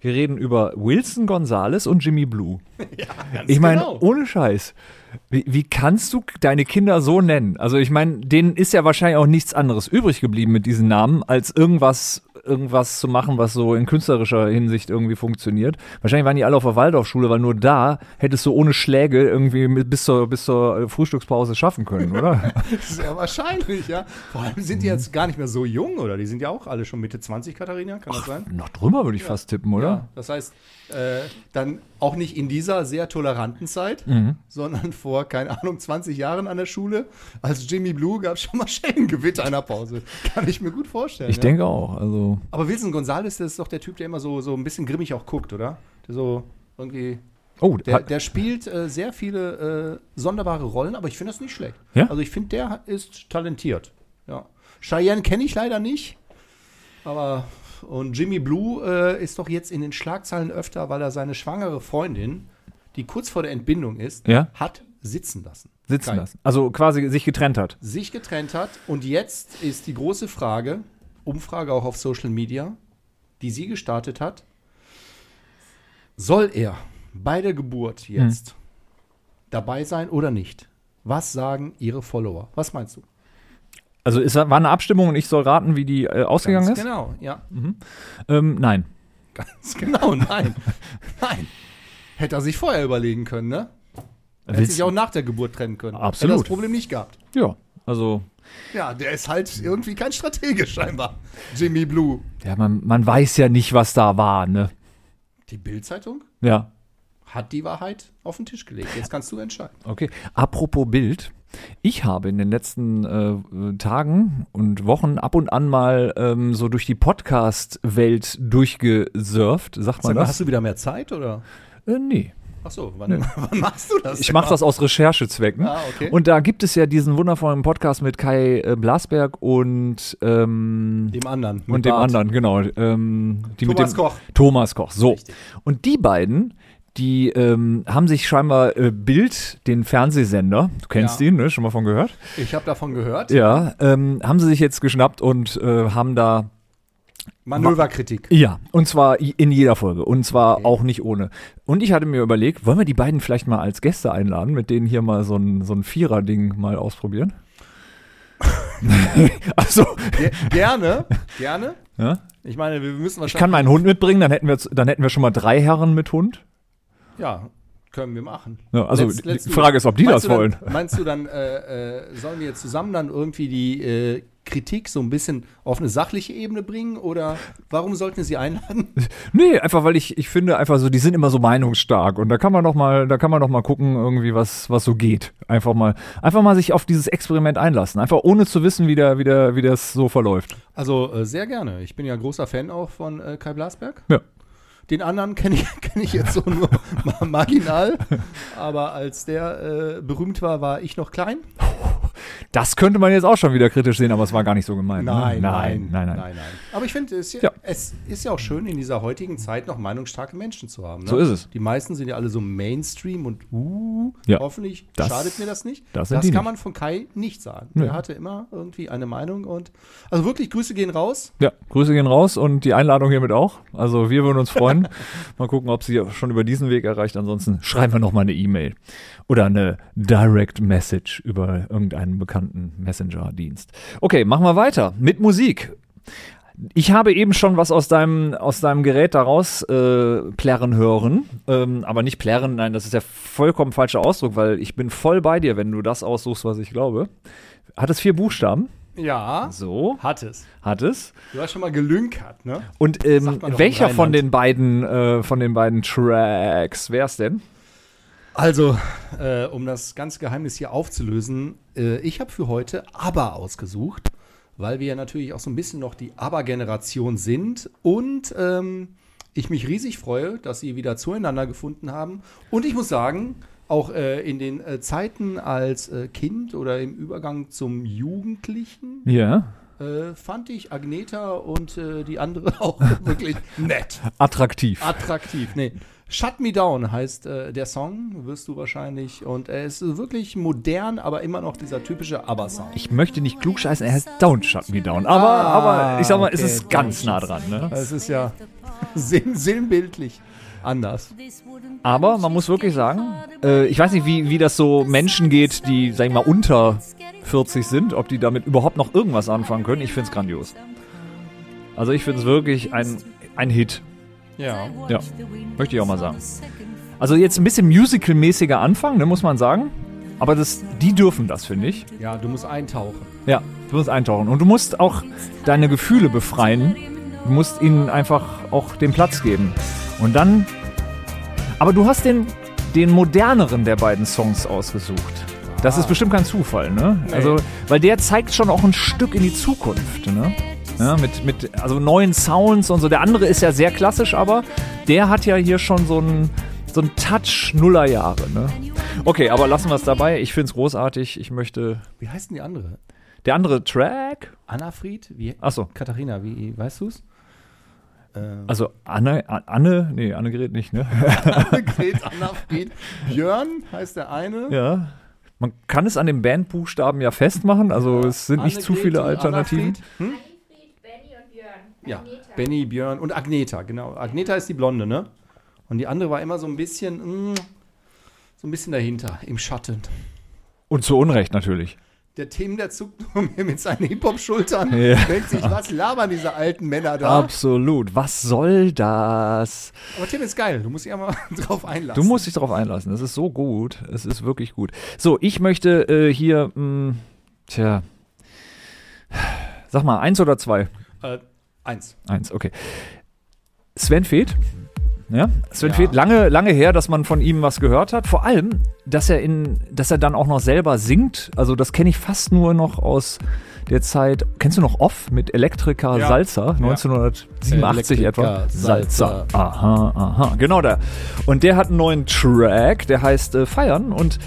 [SPEAKER 2] Wir reden über Wilson Gonzales und Jimmy Blue. ich meine,
[SPEAKER 3] genau.
[SPEAKER 2] ohne Scheiß. Wie, wie kannst du deine Kinder so nennen? Also ich meine, denen ist ja wahrscheinlich auch nichts anderes übrig geblieben mit diesen Namen, als irgendwas, irgendwas zu machen, was so in künstlerischer Hinsicht irgendwie funktioniert. Wahrscheinlich waren die alle auf der Waldorfschule, weil nur da hättest du ohne Schläge irgendwie mit- bis zur, bis zur äh, Frühstückspause schaffen können, oder?
[SPEAKER 3] Sehr wahrscheinlich, ja. Vor allem sind die jetzt gar nicht mehr so jung, oder? Die sind ja auch alle schon Mitte 20, Katharina, kann das sein?
[SPEAKER 2] Noch drüber würde ich fast tippen, oder?
[SPEAKER 3] Ja, das heißt, äh, dann auch nicht in dieser sehr toleranten Zeit, sondern vor, keine Ahnung, 20 Jahren an der Schule, als Jimmy Blue gab es schon mal Schellengewitter in der Pause. Kann ich mir gut vorstellen.
[SPEAKER 2] Ich
[SPEAKER 3] ja.
[SPEAKER 2] denke auch. Also
[SPEAKER 3] Aber Wilson Gonzalez, das ist doch der Typ, der immer so, so ein bisschen grimmig auch guckt, oder? Der so irgendwie.
[SPEAKER 2] Oh,
[SPEAKER 3] Der,
[SPEAKER 2] hat-
[SPEAKER 3] der spielt äh, sehr viele äh, sonderbare Rollen, aber ich finde das nicht schlecht.
[SPEAKER 2] Ja?
[SPEAKER 3] Also ich finde, der hat- ist talentiert. Ja. Cheyenne kenne ich leider nicht, aber und Jimmy Blue äh, ist doch jetzt in den Schlagzeilen öfter, weil er seine schwangere Freundin, die kurz vor der Entbindung ist,
[SPEAKER 2] Ja.
[SPEAKER 3] hat sitzen lassen.
[SPEAKER 2] sitzen
[SPEAKER 3] Geil.
[SPEAKER 2] lassen. Also quasi sich getrennt hat.
[SPEAKER 3] Sich getrennt hat und jetzt ist die große Frage, Umfrage auch auf Social Media, die sie gestartet hat, soll er bei der Geburt
[SPEAKER 2] Hm.
[SPEAKER 3] jetzt dabei sein oder nicht? Was sagen ihre Follower? Was meinst du?
[SPEAKER 2] Also es war war eine Abstimmung und ich soll raten, wie die äh, ausgegangen ist?
[SPEAKER 3] genau, ja. genau.
[SPEAKER 2] Ähm, nein.
[SPEAKER 3] Ganz genau, nein. nein. Hätte er sich vorher überlegen können, ne? Er hätte
[SPEAKER 2] Willst-
[SPEAKER 3] sich auch nach der Geburt trennen können.
[SPEAKER 2] Absolut.
[SPEAKER 3] Hätte das Problem nicht gehabt.
[SPEAKER 2] Ja, also
[SPEAKER 3] Ja, der ist halt irgendwie kein Stratege scheinbar. Jimmy Blue.
[SPEAKER 2] ja, man, man weiß ja nicht, was da war, ne?
[SPEAKER 3] Die Bild-Zeitung?
[SPEAKER 2] Ja,
[SPEAKER 3] hat die Wahrheit auf den Tisch gelegt. Jetzt kannst du entscheiden.
[SPEAKER 2] okay. Apropos Bild. Ich habe in den letzten äh, Tagen und Wochen ab und an mal ähm, so durch die Podcast-Welt durchgesurft, sagt man das?
[SPEAKER 3] du wieder mehr Zeit oder?
[SPEAKER 2] Äh, nee.
[SPEAKER 3] Ach so, wann, wann machst du das?
[SPEAKER 2] Ich mache das aus Recherchezwecken.
[SPEAKER 3] Ah, okay.
[SPEAKER 2] Und da gibt es ja diesen wundervollen Podcast mit Kai äh, Blasberg und ähm,
[SPEAKER 3] dem anderen. mit
[SPEAKER 2] und dem
[SPEAKER 3] Bart.
[SPEAKER 2] anderen, genau. Ähm, die
[SPEAKER 3] Thomas
[SPEAKER 2] mit dem,
[SPEAKER 3] Koch.
[SPEAKER 2] Thomas Koch, so. Und die beiden, die ähm, haben sich scheinbar äh, Bild, den Fernsehsender, du kennst
[SPEAKER 3] Ja.
[SPEAKER 2] ihn, ne, schon mal von gehört,
[SPEAKER 3] Ich habe davon gehört.
[SPEAKER 2] ja, ähm, haben sie sich jetzt geschnappt und äh, haben da
[SPEAKER 3] Manöverkritik.
[SPEAKER 2] ja, und zwar i- in jeder Folge und zwar auch nicht ohne. Und ich hatte mir überlegt, wollen wir die beiden vielleicht mal als Gäste einladen, mit denen hier mal so ein, so ein Vierer-Ding mal ausprobieren? also,
[SPEAKER 3] Ge gerne, gerne.
[SPEAKER 2] Ja?
[SPEAKER 3] Ich meine, wir müssen
[SPEAKER 2] ich kann
[SPEAKER 3] wahrscheinlich.
[SPEAKER 2] meinen Hund mitbringen, dann hätten wir, dann hätten wir schon mal drei Herren mit Hund.
[SPEAKER 3] ja, können wir machen.
[SPEAKER 2] Ja, also
[SPEAKER 3] Letzt-
[SPEAKER 2] die
[SPEAKER 3] letzten-
[SPEAKER 2] Frage ist, ob die
[SPEAKER 3] Meinst
[SPEAKER 2] das
[SPEAKER 3] du
[SPEAKER 2] wollen.
[SPEAKER 3] Dann, meinst du dann, äh, äh, sollen wir zusammen dann irgendwie die äh, Kritik so ein bisschen auf eine sachliche Ebene bringen oder warum sollten wir sie einladen?
[SPEAKER 2] Nee, einfach weil ich, ich finde einfach so, die sind immer so meinungsstark und da kann man noch mal, da kann man noch mal gucken irgendwie was was so geht. Einfach mal einfach mal sich auf dieses Experiment einlassen, einfach ohne zu wissen, wie der wie der wie das so verläuft.
[SPEAKER 3] Also äh, sehr gerne. Ich bin ja großer Fan auch von äh, Kai Blasberg.
[SPEAKER 2] Ja.
[SPEAKER 3] Den anderen kenne ich, kenn ich jetzt so nur ma- marginal. Aber als der äh, berühmt war, war ich noch klein.
[SPEAKER 2] Hm, Das könnte man jetzt auch schon wieder kritisch sehen, aber es war gar nicht so gemeint. ne? nein, nein, nein,
[SPEAKER 3] Aber ich finde, es,
[SPEAKER 2] Ja.
[SPEAKER 3] es ist ja auch schön, in dieser heutigen Zeit noch meinungsstarke Menschen zu haben. Ne?
[SPEAKER 2] So ist es.
[SPEAKER 3] Die meisten sind ja alle so Mainstream und uh,
[SPEAKER 2] Ja.
[SPEAKER 3] hoffentlich
[SPEAKER 2] Das-
[SPEAKER 3] schadet mir das nicht.
[SPEAKER 2] das sind die
[SPEAKER 3] kann
[SPEAKER 2] nicht.
[SPEAKER 3] man von Kai nicht sagen.
[SPEAKER 2] Nö.
[SPEAKER 3] Er hatte immer irgendwie eine Meinung und also wirklich Grüße gehen raus.
[SPEAKER 2] Ja, Grüße gehen raus und die Einladung hiermit auch. Also wir würden uns freuen. mal gucken, ob sie schon über diesen Weg erreicht. Ansonsten schreiben wir noch mal eine E-Mail oder eine Direct Message über irgendeinen bekannten Messenger-Dienst. Okay, machen wir weiter mit Musik. Ich habe eben schon was aus deinem, aus deinem Gerät daraus äh, plärren hören. Ähm, aber nicht plärren, nein, das ist der vollkommen falsche Ausdruck, weil ich bin voll bei dir, wenn du das aussuchst, was ich glaube. Hat es vier Buchstaben?
[SPEAKER 3] Ja,
[SPEAKER 2] So,
[SPEAKER 3] hat es.
[SPEAKER 2] hat es.
[SPEAKER 3] Du hast schon mal gelünkert, ne?
[SPEAKER 2] Und
[SPEAKER 3] Sagt
[SPEAKER 2] ähm,
[SPEAKER 3] man doch im
[SPEAKER 2] welcher von
[SPEAKER 3] Rheinland.
[SPEAKER 2] den beiden, äh, von den beiden Tracks wäre es denn?
[SPEAKER 3] Also, äh, um das ganze Geheimnis hier aufzulösen, äh, ich habe für heute Aber ausgesucht, weil wir ja natürlich auch so ein bisschen noch die Aber-Generation sind und ähm, ich mich riesig freue, dass sie wieder zueinander gefunden haben. Und ich muss sagen, auch äh, in den äh, Zeiten als äh, Kind oder im Übergang zum Jugendlichen
[SPEAKER 2] Ja.
[SPEAKER 3] äh, fand ich Agneta und äh, die andere auch wirklich nett.
[SPEAKER 2] Attraktiv.
[SPEAKER 3] Attraktiv. Nee. Shut Me Down heißt äh, der Song, wirst du wahrscheinlich. Und er ist wirklich modern, aber immer noch dieser typische ABBA-Sound.
[SPEAKER 2] ich möchte nicht klugscheißen, er heißt Down Shut Me Down. Aber, aber ich sag mal, es
[SPEAKER 3] Ah, okay.
[SPEAKER 2] ist ganz nah dran. Ne?
[SPEAKER 3] Es ist ja sinn sinnbildlich anders.
[SPEAKER 2] Aber man muss wirklich sagen, äh, ich weiß nicht, wie, wie das so Menschen geht, die, sagen wir mal, unter 40 sind, ob die damit überhaupt noch irgendwas anfangen können. Ich finde es grandios. Also ich finde es wirklich ein, ein Hit.
[SPEAKER 3] Ja.
[SPEAKER 2] Ja, möchte ich auch mal sagen. Also jetzt ein bisschen musical-mäßiger Anfang, ne, muss man sagen. Aber das, die dürfen das, finde ich.
[SPEAKER 3] Ja, du musst eintauchen.
[SPEAKER 2] Ja, du musst eintauchen. Und du musst auch deine Gefühle befreien. Du musst ihnen einfach auch den Platz geben. Und dann. Aber du hast den, den moderneren der beiden Songs ausgesucht. Das ist bestimmt kein Zufall, ne? Also, weil der zeigt schon auch ein Stück in die Zukunft, ne? Ja, mit, mit also neuen Sounds und so. Der andere ist ja sehr klassisch, aber der hat ja hier schon so einen, so einen Touch Nuller Jahre, ne? Okay, aber lassen wir es dabei. Ich finde es großartig. Ich möchte
[SPEAKER 3] Wie heißt denn die andere?
[SPEAKER 2] der andere Track?
[SPEAKER 3] Annafried? Wie?
[SPEAKER 2] Achso,
[SPEAKER 3] Katharina, wie weißt du's? Ähm,
[SPEAKER 2] also Anne, A- Anne, nee, Anne gerät nicht, ne?
[SPEAKER 3] Annegret Annafried. Björn heißt der eine.
[SPEAKER 2] Ja. Man kann es an den Bandbuchstaben ja festmachen, also es sind nicht zu
[SPEAKER 3] Annegret
[SPEAKER 2] viele
[SPEAKER 3] und
[SPEAKER 2] Alternativen.
[SPEAKER 3] Annafried. Hm? Ja, Benny, Björn und Agneta, genau. Agneta ist die Blonde, ne? Und die andere war immer so ein bisschen, mm, so ein bisschen dahinter, im Schatten.
[SPEAKER 2] Und zu Unrecht natürlich.
[SPEAKER 3] Der Themen, der zuckt nur mehr mit seinen Hip-Hop-Schultern.
[SPEAKER 2] Ja.
[SPEAKER 3] Denkt sich, was labern diese alten Männer
[SPEAKER 2] Ah.
[SPEAKER 3] da?
[SPEAKER 2] Absolut. Was soll das?
[SPEAKER 3] Aber Tim ist geil, du musst dich einmal drauf einlassen.
[SPEAKER 2] Du musst dich darauf einlassen. Es ist so gut. Es ist wirklich gut. So, ich möchte äh, hier, mh, tja, sag mal, eins oder zwei?
[SPEAKER 3] Äh, eins.
[SPEAKER 2] Eins, okay. Sven Feth. Ja, Sven
[SPEAKER 3] Ja.
[SPEAKER 2] Feth, lange, lange her, dass man von ihm was gehört hat. Vor allem, dass er in, dass er dann auch noch selber singt. Also, das kenne ich fast nur noch aus der Zeit. Kennst du noch Off mit Elektrika
[SPEAKER 3] Ja.
[SPEAKER 2] Salzer? 1987 etwa.
[SPEAKER 3] Elektrika Salzer.
[SPEAKER 2] Aha, aha. Genau der. Und der hat einen neuen Track, der heißt äh, Feiern. Und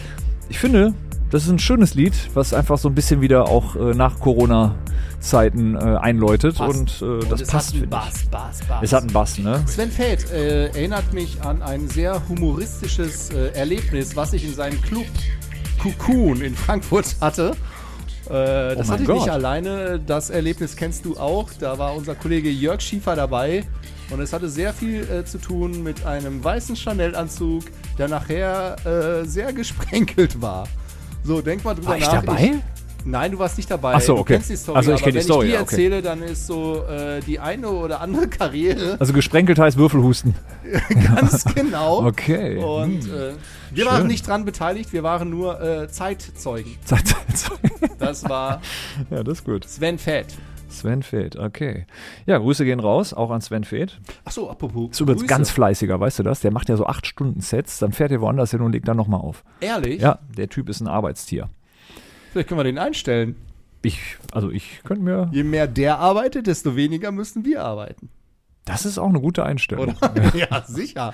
[SPEAKER 2] ich finde, das ist ein schönes Lied, was einfach so ein bisschen wieder auch äh, nach Corona-Zeiten äh, einläutet. Und
[SPEAKER 3] Passt.
[SPEAKER 2] äh, das
[SPEAKER 3] es
[SPEAKER 2] passt.
[SPEAKER 3] hat einen
[SPEAKER 2] finde ich.
[SPEAKER 3] Bass, Bass, Bass.
[SPEAKER 2] Es hat einen Bass, ne?
[SPEAKER 3] Sven Feld äh, erinnert mich an ein sehr humoristisches äh, Erlebnis, was ich in seinem Club Cocoon in Frankfurt hatte. Äh, das
[SPEAKER 2] mein
[SPEAKER 3] hatte ich
[SPEAKER 2] Gott.
[SPEAKER 3] nicht alleine. Das Erlebnis kennst du auch. Da war unser Kollege Jörg Schiefer dabei. Und es hatte sehr viel äh, zu tun mit einem weißen Chanel-Anzug, der nachher äh, sehr gesprenkelt war. So, denk mal drüber
[SPEAKER 2] War ich
[SPEAKER 3] nach.
[SPEAKER 2] dabei?
[SPEAKER 3] Nein, du warst nicht dabei.
[SPEAKER 2] Ach so,
[SPEAKER 3] Du
[SPEAKER 2] okay.
[SPEAKER 3] kennst die Story,
[SPEAKER 2] Ach so, ich
[SPEAKER 3] aber
[SPEAKER 2] kenn die
[SPEAKER 3] wenn
[SPEAKER 2] Story,
[SPEAKER 3] ich die
[SPEAKER 2] ja, okay.
[SPEAKER 3] erzähle, dann ist so äh, die eine oder andere Karriere
[SPEAKER 2] Also gesprenkelt heißt Würfelhusten.
[SPEAKER 3] Ganz genau.
[SPEAKER 2] Okay. Hm.
[SPEAKER 3] Und äh, wir waren nicht dran beteiligt, wir waren nur äh, Zeitzeugen.
[SPEAKER 2] Sagt- sorry.
[SPEAKER 3] Das war
[SPEAKER 2] ja, das ist gut.
[SPEAKER 3] Sven Fett.
[SPEAKER 2] Sven Feth, okay. Ja, Grüße gehen raus, auch an Sven Feth.
[SPEAKER 3] Achso, apropos.
[SPEAKER 2] Ist übrigens
[SPEAKER 3] Grüße.
[SPEAKER 2] ganz fleißiger, weißt du das? Der macht ja so 8-Stunden-Sets, dann fährt er woanders hin und legt dann nochmal auf.
[SPEAKER 3] Ehrlich?
[SPEAKER 2] Ja, der Typ ist ein Arbeitstier.
[SPEAKER 3] Vielleicht können wir den einstellen.
[SPEAKER 2] Ich, also ich könnte mir.
[SPEAKER 3] Je mehr der arbeitet, desto weniger müssen wir arbeiten.
[SPEAKER 2] Das ist auch eine gute Einstellung.
[SPEAKER 3] Oder? ja, sicher.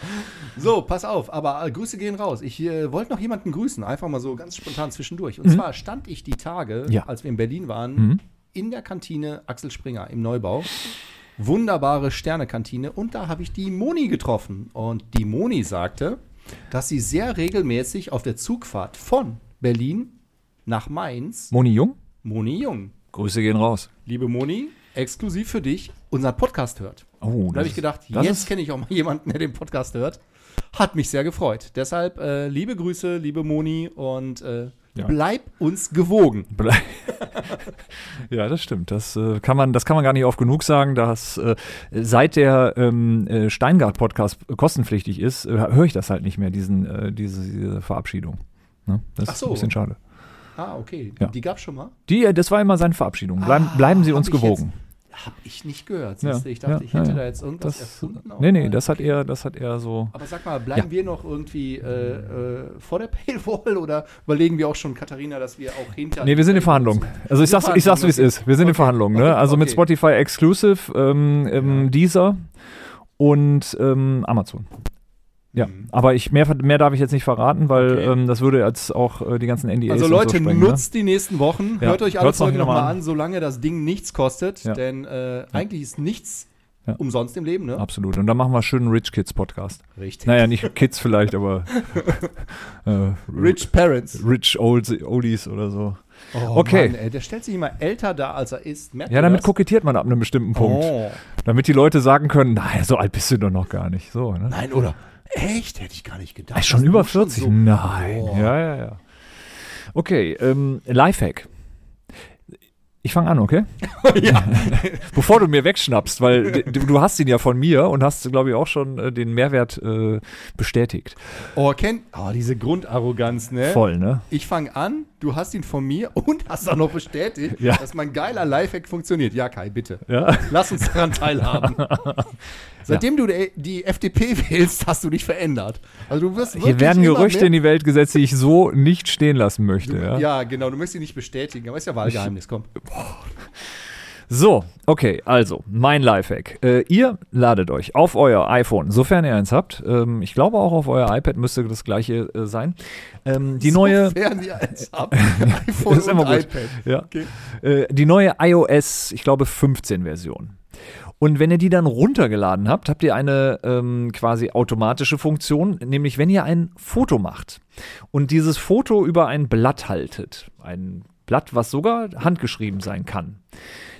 [SPEAKER 3] So, pass auf, aber äh, Grüße gehen raus. Ich äh, wollte noch jemanden grüßen, einfach mal so ganz spontan zwischendurch. Und zwar stand ich die Tage,
[SPEAKER 2] Ja.
[SPEAKER 3] als wir in Berlin waren, in der Kantine Axel Springer im Neubau. Wunderbare Sternekantine. Und da habe ich die Moni getroffen. Und die Moni sagte, dass sie sehr regelmäßig auf der Zugfahrt von Berlin nach Mainz
[SPEAKER 2] Moni Jung?
[SPEAKER 3] Moni Jung,
[SPEAKER 2] Grüße gehen raus.
[SPEAKER 3] liebe Moni, exklusiv für dich unseren Podcast hört.
[SPEAKER 2] Oh,
[SPEAKER 3] Und da habe ich gedacht,
[SPEAKER 2] das
[SPEAKER 3] jetzt
[SPEAKER 2] ist,
[SPEAKER 3] kenne ich auch mal jemanden, der den Podcast hört. Hat mich sehr gefreut. Deshalb äh, liebe Grüße, liebe Moni und äh,
[SPEAKER 2] Ja.
[SPEAKER 3] bleib uns gewogen.
[SPEAKER 2] Blei- ja, das stimmt. Das, äh, kann man, das kann man gar nicht oft genug sagen, dass äh, seit der ähm, äh, Steingart-Podcast kostenpflichtig ist, äh, höre ich das halt nicht mehr, diesen, äh, diese, diese Verabschiedung. Ne? Das
[SPEAKER 3] Ach
[SPEAKER 2] ist
[SPEAKER 3] so.
[SPEAKER 2] ein bisschen schade.
[SPEAKER 3] Ah, okay.
[SPEAKER 2] Ja.
[SPEAKER 3] Die gab schon mal.
[SPEAKER 2] Die, äh, das war immer seine Verabschiedung. Bleiben, bleiben Sie
[SPEAKER 3] Ah, hab
[SPEAKER 2] uns
[SPEAKER 3] ich jetzt-
[SPEAKER 2] gewogen.
[SPEAKER 3] Hab ich nicht gehört.
[SPEAKER 2] Ja,
[SPEAKER 3] siehst du. Ich dachte,
[SPEAKER 2] ja,
[SPEAKER 3] ich hätte
[SPEAKER 2] ja,
[SPEAKER 3] da jetzt irgendwas
[SPEAKER 2] Das,
[SPEAKER 3] erfunden. Oh, auch
[SPEAKER 2] nee, nee,
[SPEAKER 3] mal.
[SPEAKER 2] das hat er, das hat er so.
[SPEAKER 3] Aber sag mal, bleiben wir noch irgendwie äh, äh, vor der Paywall oder überlegen wir auch schon, Katharina, dass wir auch hinter.
[SPEAKER 2] Nee, wir sind in Verhandlungen. Also ich sag's, ich sag's wie es ist. Wir sind in Verhandlungen, ne? Also mit
[SPEAKER 3] Okay.
[SPEAKER 2] Spotify Exclusive, ähm, ähm, Deezer und ähm, Amazon. Ja, aber ich, mehr, mehr darf ich jetzt nicht verraten, weil
[SPEAKER 3] Mhm. Okay.
[SPEAKER 2] ähm, das würde jetzt auch äh, die ganzen NDAs
[SPEAKER 3] Also
[SPEAKER 2] und so
[SPEAKER 3] Leute,
[SPEAKER 2] sprengen, ne?
[SPEAKER 3] nutzt die nächsten Wochen.
[SPEAKER 2] Ja,
[SPEAKER 3] Hört euch alle
[SPEAKER 2] hört's noch
[SPEAKER 3] Folgen
[SPEAKER 2] mal
[SPEAKER 3] nochmal
[SPEAKER 2] an.
[SPEAKER 3] an, solange das Ding nichts kostet.
[SPEAKER 2] Ja.
[SPEAKER 3] Denn äh, eigentlich ist nichts
[SPEAKER 2] Ja.
[SPEAKER 3] umsonst im Leben,
[SPEAKER 2] Ne?
[SPEAKER 3] ne?
[SPEAKER 2] Absolut. Und dann machen wir schön Rich Kids Podcast.
[SPEAKER 3] Richtig.
[SPEAKER 2] Naja, nicht Kids vielleicht, aber äh,
[SPEAKER 3] Rich Parents.
[SPEAKER 2] Rich Old, Oldies oder so.
[SPEAKER 3] Oh,
[SPEAKER 2] Okay.
[SPEAKER 3] Mann, ey, der stellt sich immer älter da, als er ist. Merkt
[SPEAKER 2] Ja,
[SPEAKER 3] ihr
[SPEAKER 2] damit
[SPEAKER 3] das?
[SPEAKER 2] kokettiert man ab einem bestimmten Punkt.
[SPEAKER 3] Oh.
[SPEAKER 2] Damit die Leute sagen können, naja, so alt bist du doch noch gar nicht. So, ne?
[SPEAKER 3] Nein, oder? Echt? Hätte ich gar nicht gedacht.
[SPEAKER 2] Ist schon
[SPEAKER 3] dass
[SPEAKER 2] über
[SPEAKER 3] du
[SPEAKER 2] 40?
[SPEAKER 3] so-
[SPEAKER 2] Nein.
[SPEAKER 3] Boah.
[SPEAKER 2] Ja, ja, ja. Okay, ähm, Lifehack. Ich fange an, okay?
[SPEAKER 3] ja.
[SPEAKER 2] Bevor du mir wegschnappst, weil du, du hast ihn ja von mir und hast, glaube ich, auch schon äh, den Mehrwert äh, bestätigt.
[SPEAKER 3] Oh, kennt. Oh, diese Grundarroganz, ne?
[SPEAKER 2] Voll, ne?
[SPEAKER 3] Ich fange an, du hast ihn von mir und hast auch noch bestätigt,
[SPEAKER 2] Ja.
[SPEAKER 3] dass mein geiler Lifehack funktioniert. Ja, Kai, bitte.
[SPEAKER 2] Ja.
[SPEAKER 3] Lass uns daran teilhaben. Seitdem du die- die FDP wählst, hast du dich verändert. Also du wirst
[SPEAKER 2] Hier werden
[SPEAKER 3] immer
[SPEAKER 2] Gerüchte
[SPEAKER 3] mehr-
[SPEAKER 2] in die Welt gesetzt, die ich so nicht stehen lassen möchte.
[SPEAKER 3] du,
[SPEAKER 2] ja?
[SPEAKER 3] ja. genau, du möchtest sie nicht bestätigen, aber ist ja Wahlgeheimnis, komm.
[SPEAKER 2] So, okay, also, mein Lifehack. Äh, ihr ladet euch auf euer iPhone, sofern ihr eins habt, ähm, ich glaube auch auf euer iPad müsste das gleiche äh, sein, ähm, die neue,
[SPEAKER 3] Sofern die eins haben, iPhone
[SPEAKER 2] Das ist immer
[SPEAKER 3] und
[SPEAKER 2] gut.
[SPEAKER 3] iPad.
[SPEAKER 2] ja,
[SPEAKER 3] Okay.
[SPEAKER 2] äh, die neue iOS, ich glaube 15 Version. Und wenn ihr die dann runtergeladen habt, habt ihr eine ähm, quasi automatische Funktion, nämlich wenn ihr ein Foto macht und dieses Foto über ein Blatt haltet, ein Blatt, was sogar handgeschrieben sein kann,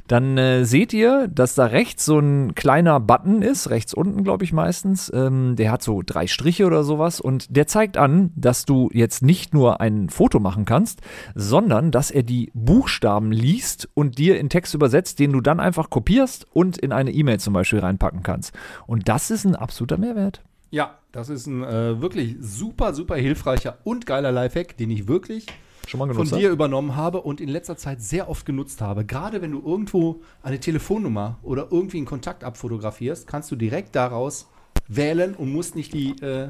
[SPEAKER 2] dann äh, seht ihr, dass da rechts so ein kleiner Button ist, rechts unten, glaube ich, meistens. Ähm, der hat so drei Striche oder sowas und der zeigt an, dass du jetzt nicht nur ein Foto machen kannst, sondern dass er die Buchstaben liest und dir in Text übersetzt, den du dann einfach kopierst und in eine E-Mail zum Beispiel reinpacken kannst. Und das ist ein absoluter Mehrwert.
[SPEAKER 3] Ja, das ist ein äh, wirklich super, super hilfreicher und geiler Lifehack, den ich wirklich
[SPEAKER 2] Schon mal
[SPEAKER 3] von
[SPEAKER 2] genutzt?
[SPEAKER 3] dir übernommen habe und in letzter Zeit sehr oft genutzt habe. Gerade wenn du irgendwo eine Telefonnummer oder irgendwie einen Kontakt abfotografierst, kannst du direkt daraus wählen und musst nicht die, äh,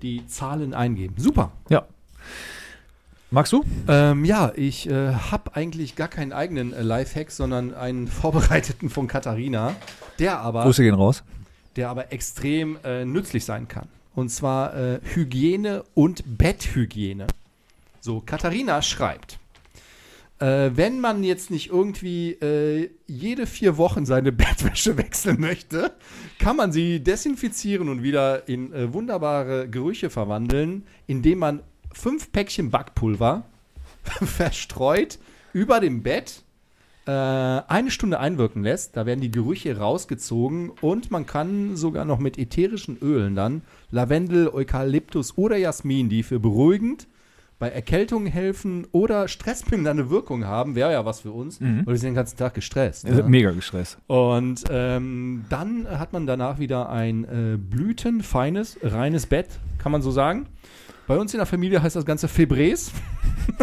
[SPEAKER 3] die Zahlen eingeben. Super.
[SPEAKER 2] Ja. Magst du?
[SPEAKER 3] Ähm, ja, ich äh, habe eigentlich gar keinen eigenen äh, Lifehack, sondern einen vorbereiteten von Katharina, der aber
[SPEAKER 2] Grüße gehen raus.
[SPEAKER 3] der aber extrem äh, nützlich sein kann. Und zwar äh, Hygiene und Betthygiene. So, Katharina schreibt, äh, wenn man jetzt nicht irgendwie äh, jede vier Wochen seine Bettwäsche wechseln möchte, kann man sie desinfizieren und wieder in äh, wunderbare Gerüche verwandeln, indem man fünf Päckchen Backpulver verstreut über dem Bett äh, eine Stunde einwirken lässt. Da werden die Gerüche rausgezogen und man kann sogar noch mit ätherischen Ölen dann Lavendel, Eukalyptus oder Jasmin, die für beruhigend bei Erkältungen helfen oder stressbildende Wirkung haben, wäre ja was für uns, weil wir sind den ganzen Tag gestresst. ne?
[SPEAKER 2] Mega gestresst.
[SPEAKER 3] Und ähm, dann hat man danach wieder ein äh, blütenfeines, reines Bett, kann man so sagen. Bei uns in der Familie heißt das Ganze Febres.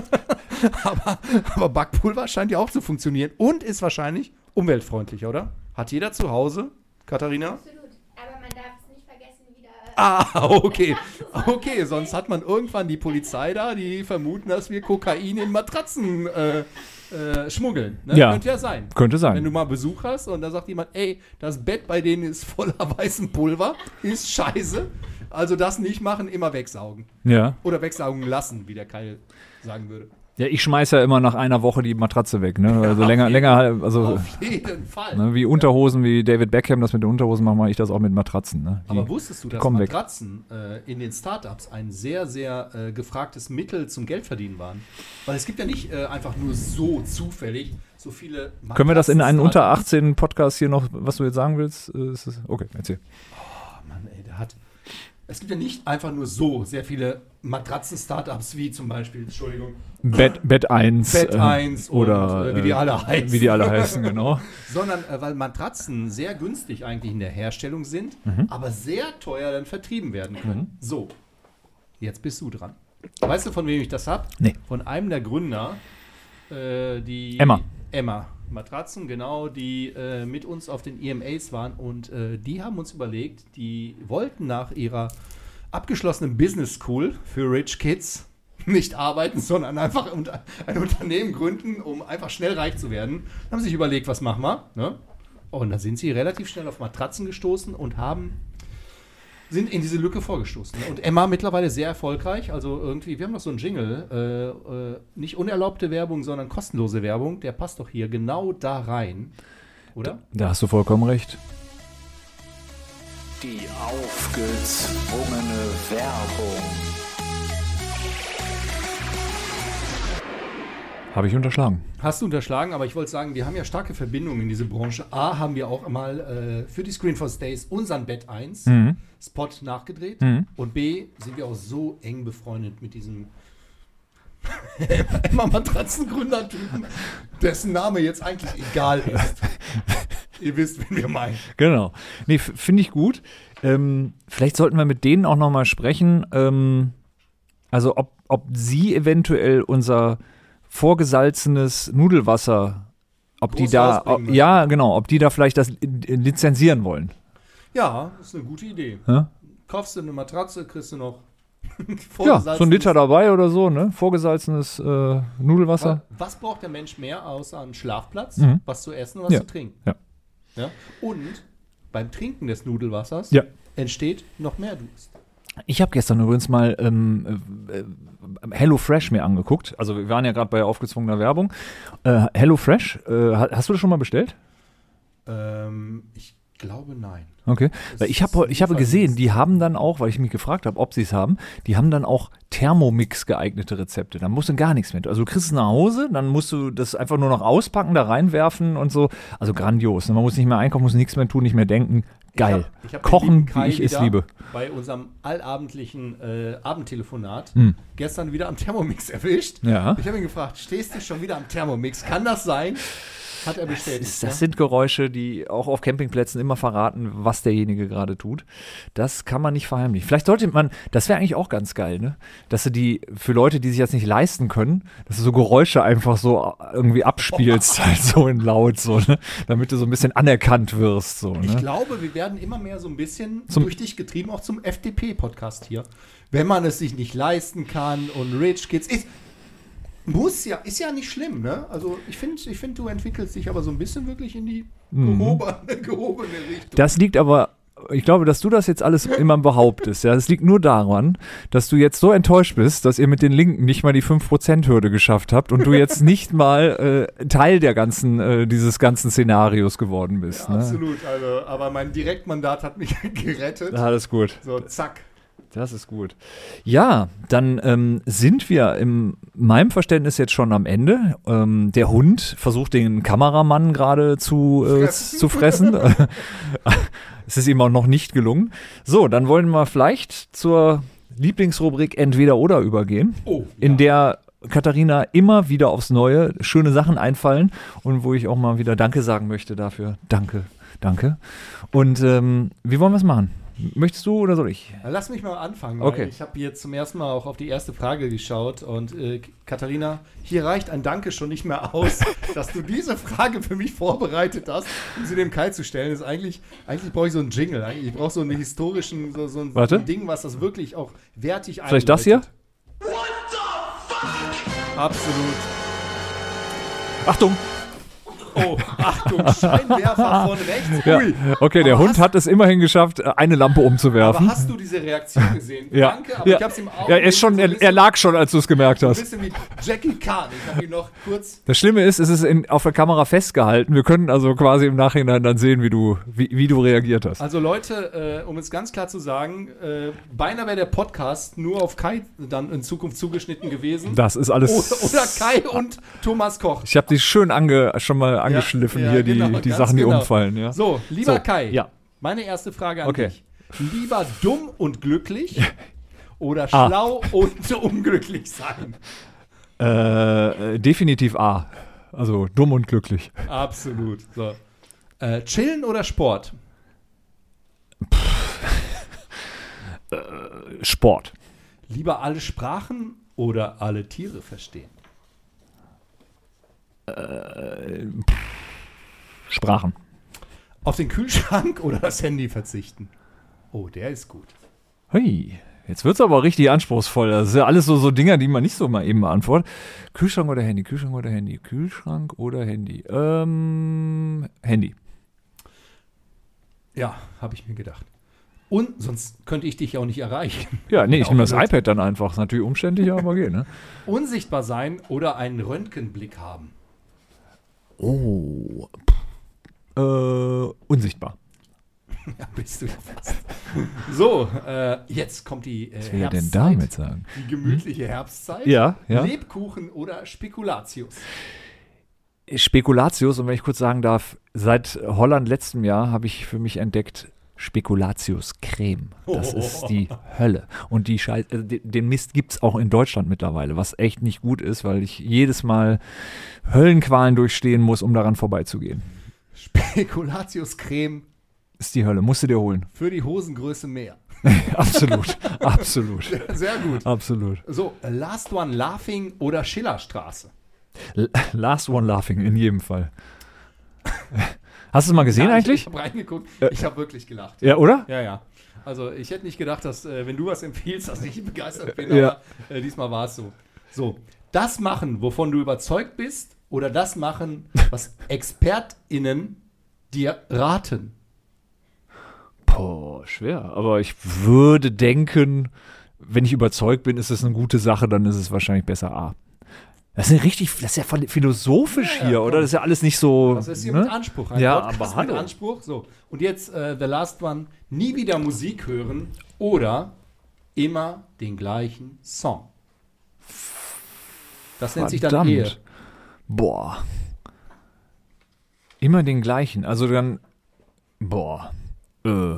[SPEAKER 3] aber, aber Backpulver scheint ja auch zu funktionieren und ist wahrscheinlich umweltfreundlicher, oder? Hat jeder zu Hause, Katharina?
[SPEAKER 6] Absolut. Aber man darf es nicht vergessen, wieder. äh,
[SPEAKER 3] Ah, okay. Okay, sonst hat man irgendwann die Polizei da, die vermuten, dass wir Kokain in Matratzen äh, äh, schmuggeln. Ne?
[SPEAKER 2] Ja.
[SPEAKER 3] Könnte ja sein.
[SPEAKER 2] Könnte sein.
[SPEAKER 3] Wenn du mal Besuch hast und da sagt jemand, ey, das Bett bei denen ist voller weißem Pulver, ist scheiße. Also das nicht machen, immer wegsaugen.
[SPEAKER 2] ja.
[SPEAKER 3] Oder wegsaugen lassen, wie der Keil sagen würde.
[SPEAKER 2] Ja, ich schmeiß ja immer nach einer Woche die Matratze weg, ne? Also länger, länger, also
[SPEAKER 3] Auf jeden Fall.
[SPEAKER 2] Ne, wie Unterhosen, wie David Beckham das mit den Unterhosen macht, mache ich das auch mit Matratzen. Ne? Die-
[SPEAKER 3] Aber wusstest du, dass
[SPEAKER 2] kommen weg.
[SPEAKER 3] Matratzen äh, in den Startups ein sehr, sehr äh, gefragtes Mittel zum Geldverdienen waren? Weil es gibt ja nicht äh, einfach nur so zufällig so viele Matratzen.
[SPEAKER 2] Können wir das in einen unter
[SPEAKER 3] Startups-
[SPEAKER 2] 18 Podcast hier noch, was du jetzt sagen willst? Äh, Ist es, okay, erzähl.
[SPEAKER 3] Mann, ey, der hat. Es gibt ja nicht einfach nur so sehr viele Matratzen-Startups wie zum Beispiel, Entschuldigung,
[SPEAKER 2] Bett, Bett 1.
[SPEAKER 3] Bett
[SPEAKER 2] äh,
[SPEAKER 3] 1 und,
[SPEAKER 2] oder
[SPEAKER 3] äh, wie die alle heißen.
[SPEAKER 2] Wie die alle heißen, genau.
[SPEAKER 3] sondern äh, weil Matratzen sehr günstig eigentlich in der Herstellung
[SPEAKER 2] Mhm.
[SPEAKER 3] sind, aber sehr teuer dann vertrieben werden können. So, jetzt bist du dran. Weißt du, von wem ich das habe?
[SPEAKER 2] Nee.
[SPEAKER 3] Von einem der Gründer, äh, die
[SPEAKER 2] Emma.
[SPEAKER 3] Emma Matratzen, genau, die äh, mit uns auf den EMAs waren und äh, die haben uns überlegt, die wollten nach ihrer abgeschlossenen Business School für Rich Kids nicht arbeiten, sondern einfach unter, ein Unternehmen gründen, um einfach schnell reich zu werden. Dann haben sie sich überlegt, was machen wir? Ne? Und da sind sie relativ schnell auf Matratzen gestoßen und haben sind in diese Lücke vorgestoßen. ne? Und Emma mittlerweile sehr erfolgreich. Also irgendwie, wir haben noch so einen Jingle. Äh, äh, nicht unerlaubte Werbung, sondern kostenlose Werbung. Der passt doch hier genau da rein. Oder?
[SPEAKER 2] Da hast du vollkommen recht.
[SPEAKER 7] Die aufgezwungene Werbung.
[SPEAKER 2] Habe ich unterschlagen.
[SPEAKER 3] Hast du unterschlagen, aber ich wollte sagen, wir haben ja starke Verbindungen in diese Branche. A, haben wir auch mal äh, für die Screen for Stays unseren Bett 1
[SPEAKER 2] Mhm.
[SPEAKER 3] Spot nachgedreht. Und B, sind wir auch so eng befreundet mit diesem Emma Matratzengründer-Typen, dessen Name jetzt eigentlich egal ist. Ihr wisst, wen wir meinen.
[SPEAKER 2] Genau. Nee, f- finde ich gut. Ähm, vielleicht sollten wir mit denen auch nochmal sprechen. Ähm, also, ob, ob sie eventuell unser vorgesalzenes Nudelwasser, ob die
[SPEAKER 3] Groß
[SPEAKER 2] da,
[SPEAKER 3] rausbringen
[SPEAKER 2] ob,
[SPEAKER 3] möchten.
[SPEAKER 2] ja, genau, ob die da vielleicht das li- lizenzieren wollen.
[SPEAKER 3] Ja, ist eine gute Idee.
[SPEAKER 2] Ja?
[SPEAKER 3] Kaufst du eine Matratze, kriegst du noch
[SPEAKER 2] Ja, so ein Liter dabei oder so, ne? Vorgesalzenes äh, Nudelwasser.
[SPEAKER 3] Was braucht der Mensch mehr außer einen Schlafplatz,
[SPEAKER 2] Mhm.
[SPEAKER 3] was zu essen und was
[SPEAKER 2] Ja.
[SPEAKER 3] zu trinken?
[SPEAKER 2] Ja.
[SPEAKER 3] Ja? Und beim Trinken des Nudelwassers
[SPEAKER 2] Ja.
[SPEAKER 3] entsteht noch mehr Durst.
[SPEAKER 2] Ich habe gestern übrigens mal ähm, äh, äh, Hello Fresh mir angeguckt. Also wir waren ja gerade bei aufgezwungener Werbung. Äh, Hello Fresh, äh, ha- hast du das schon mal bestellt?
[SPEAKER 3] Ähm, ich glaube nein.
[SPEAKER 2] Okay.
[SPEAKER 3] Das
[SPEAKER 2] Weil ich
[SPEAKER 3] ist
[SPEAKER 2] habe ich habe
[SPEAKER 3] Lieferdienst.
[SPEAKER 2] gesehen, die haben dann auch, weil ich mich gefragt habe, ob sie es haben, die haben dann auch Thermomix geeignete Rezepte. Da musst du gar nichts mit. Also du kriegst es nach Hause, dann musst du das einfach nur noch auspacken, da reinwerfen und so. Also grandios. Man muss nicht mehr einkaufen, muss nichts mehr tun, nicht mehr denken. Geil.
[SPEAKER 3] Ich hab- ich hab den lieben
[SPEAKER 2] Kochen,
[SPEAKER 3] Kai
[SPEAKER 2] wie ich es
[SPEAKER 3] wieder
[SPEAKER 2] liebe.
[SPEAKER 3] Bei unserem allabendlichen äh, Abendtelefonat
[SPEAKER 2] Hm.
[SPEAKER 3] gestern wieder am Thermomix erwischt.
[SPEAKER 2] Ja.
[SPEAKER 3] Ich habe ihn gefragt, stehst du schon wieder am Thermomix? Kann das sein? Hat er bestätigt.
[SPEAKER 2] Ist, das sind Geräusche, die auch auf Campingplätzen immer verraten, was derjenige gerade tut. Das kann man nicht verheimlichen. Vielleicht sollte man, das wäre eigentlich auch ganz geil, ne? Dass du die, für Leute, die sich das nicht leisten können, dass du so Geräusche einfach so irgendwie abspielst, halt so in laut, so, ne? Damit du so ein bisschen anerkannt wirst, so,
[SPEAKER 3] Ich
[SPEAKER 2] ne?
[SPEAKER 3] glaube, wir werden immer mehr so ein bisschen
[SPEAKER 2] Zum-
[SPEAKER 3] durch dich getrieben, auch zum FDP-Podcast hier. Wenn man es sich nicht leisten kann und Rich Kids ist. Muss ja, ist ja nicht schlimm, ne? Also ich finde, ich find, du entwickelst dich aber so ein bisschen wirklich in die
[SPEAKER 2] Mhm.
[SPEAKER 3] gehobene, gehobene Richtung.
[SPEAKER 2] Das liegt aber, ich glaube, dass du das jetzt alles immer behauptest, ja? Das liegt nur daran, dass du jetzt so enttäuscht bist, dass ihr mit den Linken nicht mal die 5%-Hürde geschafft habt und du jetzt nicht mal äh, Teil der ganzen, äh, dieses ganzen Szenarios geworden bist, ne?
[SPEAKER 3] Absolut, also, aber mein Direktmandat hat mich gerettet.
[SPEAKER 2] Alles gut.
[SPEAKER 3] So, zack.
[SPEAKER 2] Das ist gut. Ja, dann ähm, sind wir in meinem Verständnis jetzt schon am Ende. Ähm, der Hund versucht den Kameramann gerade zu, äh,
[SPEAKER 3] Fressen.
[SPEAKER 2] zu fressen. es ist ihm auch noch nicht gelungen. So, dann wollen wir vielleicht zur Lieblingsrubrik Entweder oder übergehen,
[SPEAKER 3] Oh,
[SPEAKER 2] in der Katharina immer wieder aufs Neue schöne Sachen einfallen und wo ich auch mal wieder Danke sagen möchte dafür. Danke, danke. Und ähm, wie wollen wir es machen? Möchtest du oder soll ich?
[SPEAKER 3] Lass mich mal anfangen, weil
[SPEAKER 2] Okay.
[SPEAKER 3] ich habe hier zum ersten Mal auch auf die erste Frage geschaut und äh, Katharina, hier reicht ein Danke schon nicht mehr aus, dass du diese Frage für mich vorbereitet hast, um sie dem Kai zu stellen. Ist eigentlich, eigentlich brauche ich so einen Jingle, eigentlich- ich brauche so einen historischen, so, so ein
[SPEAKER 2] Warte.
[SPEAKER 3] Ding, was das wirklich auch wertig
[SPEAKER 2] Vielleicht das hier?
[SPEAKER 3] Absolut.
[SPEAKER 2] Achtung!
[SPEAKER 3] Oh, Achtung, Scheinwerfer von rechts.
[SPEAKER 2] Ja.
[SPEAKER 3] Ui.
[SPEAKER 2] Okay, der
[SPEAKER 3] Aber
[SPEAKER 2] Hund
[SPEAKER 3] hast-
[SPEAKER 2] hat es immerhin geschafft, äh, eine Lampe
[SPEAKER 3] Aber
[SPEAKER 2] umzuwerfen.
[SPEAKER 3] hast du diese Reaktion gesehen?
[SPEAKER 2] Ja.
[SPEAKER 3] Danke, aber
[SPEAKER 2] ja.
[SPEAKER 3] ich habe es im Auge.
[SPEAKER 2] ja, er, ist schon,
[SPEAKER 3] so ein
[SPEAKER 2] er, er
[SPEAKER 3] bisschen-
[SPEAKER 2] lag schon, als du es gemerkt
[SPEAKER 3] Ein
[SPEAKER 2] hast.
[SPEAKER 3] bisschen wie Jackie Kahn. Ich habe ihn noch kurz
[SPEAKER 2] Das Schlimme ist, es ist in, auf der Kamera festgehalten. Wir können also quasi im Nachhinein dann sehen, wie du, wie, wie du reagiert hast.
[SPEAKER 3] Also Leute, äh, um es ganz klar zu sagen, äh, beinahe wäre der Podcast nur auf Kai dann in Zukunft zugeschnitten gewesen.
[SPEAKER 2] Das ist alles.
[SPEAKER 3] O- oder Kai und Thomas Koch.
[SPEAKER 2] Ich habe die schön ange, schon mal angeschliffen
[SPEAKER 3] ja,
[SPEAKER 2] hier, die,
[SPEAKER 3] genau,
[SPEAKER 2] die
[SPEAKER 3] ganz
[SPEAKER 2] Sachen, die
[SPEAKER 3] genau.
[SPEAKER 2] umfallen. Ja.
[SPEAKER 3] So, lieber
[SPEAKER 2] So,
[SPEAKER 3] Kai,
[SPEAKER 2] ja.
[SPEAKER 3] meine erste Frage an
[SPEAKER 2] Okay.
[SPEAKER 3] dich. Lieber dumm und glücklich oder
[SPEAKER 2] Ah.
[SPEAKER 3] schlau und unglücklich sein?
[SPEAKER 2] Äh, äh, definitiv A. Also dumm und glücklich.
[SPEAKER 3] Absolut. So. Äh, chillen oder Sport?
[SPEAKER 2] Sport.
[SPEAKER 3] Lieber alle Sprachen oder alle Tiere verstehen?
[SPEAKER 2] Sprachen.
[SPEAKER 3] Auf den Kühlschrank oder das Handy verzichten? Oh, der ist gut.
[SPEAKER 2] Hui, jetzt wird's aber richtig anspruchsvoll. Das ist ja alles so, so Dinger, die man nicht so mal eben beantwortet. Kühlschrank oder Handy, Kühlschrank oder Handy, Kühlschrank oder Handy. Ähm, Handy.
[SPEAKER 3] Ja, habe ich mir gedacht. Und sonst könnte ich dich ja auch nicht erreichen.
[SPEAKER 2] Ja, nee, ich
[SPEAKER 3] Auch
[SPEAKER 2] nehme das
[SPEAKER 3] blöd.
[SPEAKER 2] iPad dann einfach. Ist natürlich umständlich, aber geht, ne?
[SPEAKER 3] Unsichtbar sein oder einen Röntgenblick haben.
[SPEAKER 2] Oh. Äh, unsichtbar.
[SPEAKER 3] Ja, bist du ja fast. So, äh, jetzt kommt die äh,
[SPEAKER 2] Was will er denn damit sagen?
[SPEAKER 3] Die gemütliche Herbstzeit.
[SPEAKER 2] Ja, ja.
[SPEAKER 3] Lebkuchen oder Spekulatius.
[SPEAKER 2] Spekulatius, und wenn ich kurz sagen darf, seit Holland letztem Jahr habe ich für mich entdeckt, Spekulatius-Creme. Das
[SPEAKER 3] Oh.
[SPEAKER 2] ist die Hölle. Und die Scheiß, äh, de- den Mist gibt es auch in Deutschland mittlerweile, was echt nicht gut ist, weil ich jedes Mal Höllenqualen durchstehen muss, um daran vorbeizugehen.
[SPEAKER 3] Spekulatius-Creme
[SPEAKER 2] Ist die Hölle. Musst du dir holen.
[SPEAKER 3] für die Hosengröße mehr.
[SPEAKER 2] absolut. absolut.
[SPEAKER 3] Sehr gut.
[SPEAKER 2] Absolut.
[SPEAKER 3] So, äh, Last One Laughing oder Schillerstraße.
[SPEAKER 2] L last one laughing, in jedem Fall. Hast du es mal gesehen
[SPEAKER 3] Ja, Ich,
[SPEAKER 2] eigentlich? Äh,
[SPEAKER 3] ich habe reingeguckt. Ich habe wirklich gelacht.
[SPEAKER 2] Ja, oder?
[SPEAKER 3] Ja, ja. Also, ich hätte nicht gedacht, dass, äh, wenn du was empfiehlst, dass ich begeistert bin.
[SPEAKER 2] Ja.
[SPEAKER 3] Aber äh, diesmal war es so. So, das machen, wovon du überzeugt bist, oder das machen, was ExpertInnen dir raten.
[SPEAKER 2] Boah, schwer. Aber ich würde denken, wenn ich überzeugt bin, ist es eine gute Sache, dann ist es wahrscheinlich besser A. Das ist ja richtig, das ist ja voll philosophisch
[SPEAKER 3] Ja, ja,
[SPEAKER 2] hier, oder? Das ist ja alles nicht so.
[SPEAKER 3] Das ist hier mit
[SPEAKER 2] ne?
[SPEAKER 3] Anspruch.
[SPEAKER 2] Ja,
[SPEAKER 3] Podcast
[SPEAKER 2] aber
[SPEAKER 3] mit
[SPEAKER 2] hallo.
[SPEAKER 3] Anspruch. So. Und jetzt äh, The Last One. Nie wieder Musik hören oder immer den gleichen Song. Das nennt sich dann E.
[SPEAKER 2] Verdammt.
[SPEAKER 3] Ehe.
[SPEAKER 2] Boah. Immer den gleichen. Also dann. Boah. Äh.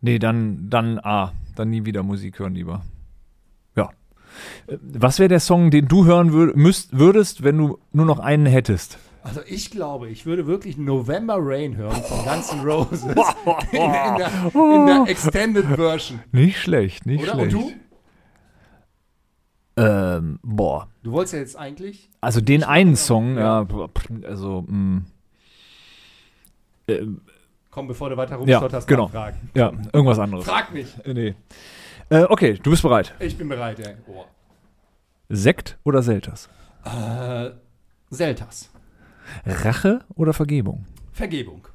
[SPEAKER 2] Nee, dann, dann A. Dann nie wieder Musik hören lieber. Ja. Äh, Was wäre der Song, den du hören wür müsst, würdest, wenn du nur noch einen hättest?
[SPEAKER 3] Also ich glaube, ich würde wirklich November Rain hören von Guns N' Roses. In, in, der, in der Extended Version.
[SPEAKER 2] Nicht schlecht, nicht
[SPEAKER 3] Oder? Und
[SPEAKER 2] schlecht.
[SPEAKER 3] du?
[SPEAKER 2] Ähm, boah.
[SPEAKER 3] Du wolltest ja jetzt eigentlich.
[SPEAKER 2] Also den einen Song, ja, pff, also, mh,
[SPEAKER 3] Komm, bevor du weiter
[SPEAKER 2] Ja,
[SPEAKER 3] rumstotterst,
[SPEAKER 2] genau.
[SPEAKER 3] nachfragen.
[SPEAKER 2] ja, irgendwas anderes.
[SPEAKER 3] Frag mich.
[SPEAKER 2] Äh, Nee. Äh, okay, du bist bereit.
[SPEAKER 3] Ich bin bereit, ey. Oh.
[SPEAKER 2] Sekt oder Selters?
[SPEAKER 3] Äh, Seltas.
[SPEAKER 2] Rache oder Vergebung?
[SPEAKER 3] Vergebung.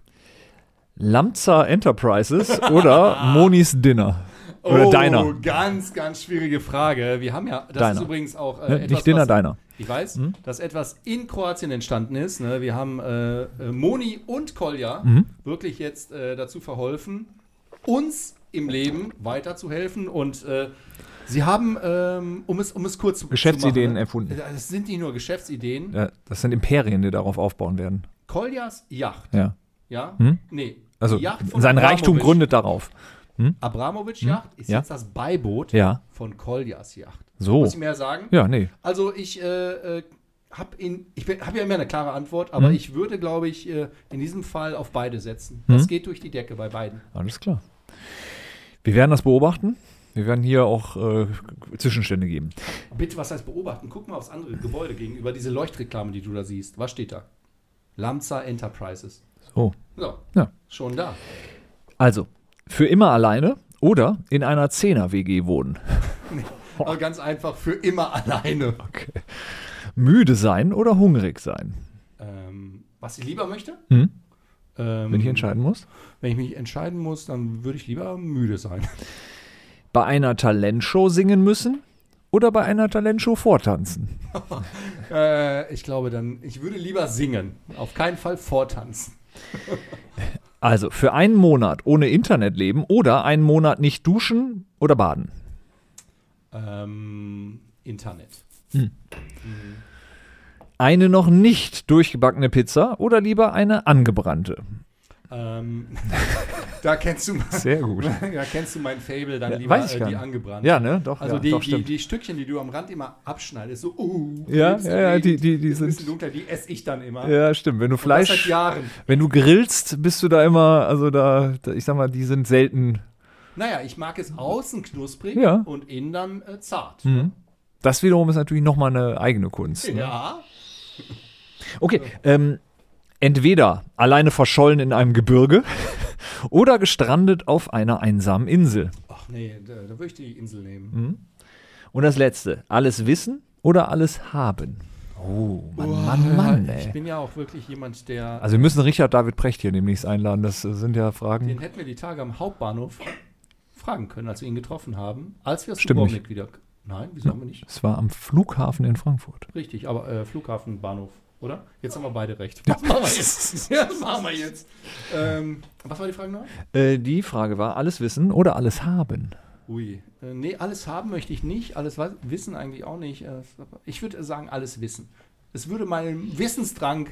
[SPEAKER 2] Lamza Enterprises oder Monis Dinner? Oder
[SPEAKER 3] oh,
[SPEAKER 2] deiner?
[SPEAKER 3] ganz, ganz schwierige Frage. Wir haben ja, das
[SPEAKER 2] Deiner.
[SPEAKER 3] ist übrigens auch äh,
[SPEAKER 2] Ne, nicht Dinner,
[SPEAKER 3] was-
[SPEAKER 2] deiner.
[SPEAKER 3] Ich weiß,
[SPEAKER 2] Mhm.
[SPEAKER 3] dass etwas in Kroatien entstanden ist. Ne? Wir haben äh, äh, Moni und Kolja
[SPEAKER 2] Mhm.
[SPEAKER 3] wirklich jetzt äh, dazu verholfen, uns im Leben weiterzuhelfen. Und äh, sie haben, ähm, um, es, um es kurz zu
[SPEAKER 2] Geschäftsideen
[SPEAKER 3] zu machen,
[SPEAKER 2] erfunden.
[SPEAKER 3] äh, Das sind nicht nur Geschäftsideen.
[SPEAKER 2] Ja, das sind Imperien, die darauf aufbauen werden.
[SPEAKER 3] Koljas Yacht,
[SPEAKER 2] Ja.
[SPEAKER 3] ja? Nee.
[SPEAKER 2] Also
[SPEAKER 3] die Yacht von
[SPEAKER 2] sein Reichtum
[SPEAKER 3] Abramovic.
[SPEAKER 2] gründet darauf.
[SPEAKER 3] Abramovic-Yacht ist
[SPEAKER 2] Ja.
[SPEAKER 3] jetzt das Beiboot
[SPEAKER 2] Ja.
[SPEAKER 3] von Koljas Yacht.
[SPEAKER 2] So.
[SPEAKER 3] Muss ich mehr sagen?
[SPEAKER 2] Ja, nee.
[SPEAKER 3] Also ich äh, äh, habe hab ja immer eine klare Antwort,
[SPEAKER 2] Mhm.
[SPEAKER 3] aber ich würde, glaube ich, äh, in diesem Fall auf beide setzen. Das geht durch die Decke bei beiden.
[SPEAKER 2] Alles klar. Wir werden das beobachten. Wir werden hier auch äh, Zwischenstände geben.
[SPEAKER 3] Bitte, was heißt beobachten? Guck mal aufs andere Gebäude gegenüber, diese Leuchtreklame, die du da siehst. Was steht da? Lamza Enterprises.
[SPEAKER 2] So.
[SPEAKER 3] So,
[SPEAKER 2] Ja.
[SPEAKER 3] schon da.
[SPEAKER 2] Also, für immer alleine oder in einer Zehner-WG wohnen. Oh.
[SPEAKER 3] Aber ganz einfach für immer alleine.
[SPEAKER 2] Okay. Müde sein oder hungrig sein,
[SPEAKER 3] Ähm, was ich lieber möchte?
[SPEAKER 2] Hm?
[SPEAKER 3] Ähm,
[SPEAKER 2] wenn ich entscheiden muss.
[SPEAKER 3] wenn ich mich entscheiden muss, dann würde ich lieber müde sein.
[SPEAKER 2] Bei einer Talentshow singen müssen oder bei einer Talentshow vortanzen.
[SPEAKER 3] äh, ich glaube dann, ich würde lieber singen. Auf keinen Fall vortanzen.
[SPEAKER 2] Also, für einen Monat ohne Internet leben oder einen Monat nicht duschen oder baden.
[SPEAKER 3] Ähm, Internet.
[SPEAKER 2] Eine noch nicht durchgebackene Pizza oder lieber eine angebrannte.
[SPEAKER 3] Ähm, da kennst du mein,
[SPEAKER 2] Sehr gut.
[SPEAKER 3] da kennst du mein Fable, dann
[SPEAKER 2] Ja,
[SPEAKER 3] lieber
[SPEAKER 2] weiß ich
[SPEAKER 3] äh,
[SPEAKER 2] gar
[SPEAKER 3] die
[SPEAKER 2] nicht.
[SPEAKER 3] angebrannt.
[SPEAKER 2] Ja, ne? Doch,
[SPEAKER 3] Also
[SPEAKER 2] ja,
[SPEAKER 3] die,
[SPEAKER 2] doch,
[SPEAKER 3] die, die Stückchen, die du am Rand immer abschneidest, so uh,
[SPEAKER 2] Ja,
[SPEAKER 3] klebst du
[SPEAKER 2] ja, ja,
[SPEAKER 3] neben,
[SPEAKER 2] die- die- die
[SPEAKER 3] ist ein bisschen
[SPEAKER 2] sind-
[SPEAKER 3] dunkler, die esse ich dann immer.
[SPEAKER 2] Ja, stimmt. Wenn du
[SPEAKER 3] Und das seit
[SPEAKER 2] Fleisch,
[SPEAKER 3] Jahren.
[SPEAKER 2] wenn du grillst, bist du da immer, also da, da, ich sag mal, die sind selten.
[SPEAKER 3] Naja, ich mag es außen knusprig
[SPEAKER 2] Ja. Mhm.
[SPEAKER 3] und innen dann äh, zart.
[SPEAKER 2] Das wiederum ist natürlich nochmal eine eigene Kunst. Ne?
[SPEAKER 3] Ja.
[SPEAKER 2] Okay, ähm, entweder alleine verschollen in einem Gebirge oder gestrandet auf einer einsamen Insel.
[SPEAKER 3] Ach nee, da, da würde ich die Insel nehmen.
[SPEAKER 2] Mhm. Und das letzte, alles wissen oder alles haben. Oh, Mann, Mann, Mann,
[SPEAKER 3] Äh, Ich
[SPEAKER 2] ey.
[SPEAKER 3] bin ja auch wirklich jemand, der.
[SPEAKER 2] Also wir müssen Richard David Precht hier demnächst einladen, das äh, sind ja
[SPEAKER 3] den
[SPEAKER 2] Fragen.
[SPEAKER 3] hätten wir die Tage am Hauptbahnhof fragen können, als wir ihn getroffen haben. Als wir es
[SPEAKER 2] Stimmt
[SPEAKER 3] Dubrovnik wieder. Nein, wieso haben wir nicht?
[SPEAKER 2] Es war am Flughafen in Frankfurt.
[SPEAKER 3] Richtig, aber äh, Flughafen, Bahnhof, oder? Jetzt haben wir beide recht. Was machen wir jetzt? Ja, was machen wir jetzt? Ähm, was war die Frage noch?
[SPEAKER 2] Äh, die Frage war, alles wissen oder alles haben?
[SPEAKER 3] Ui. Äh, nee, alles haben möchte ich nicht. Alles weiß, wissen eigentlich auch nicht. Äh, Ich würde sagen, alles wissen. Es würde meinem Wissensdrang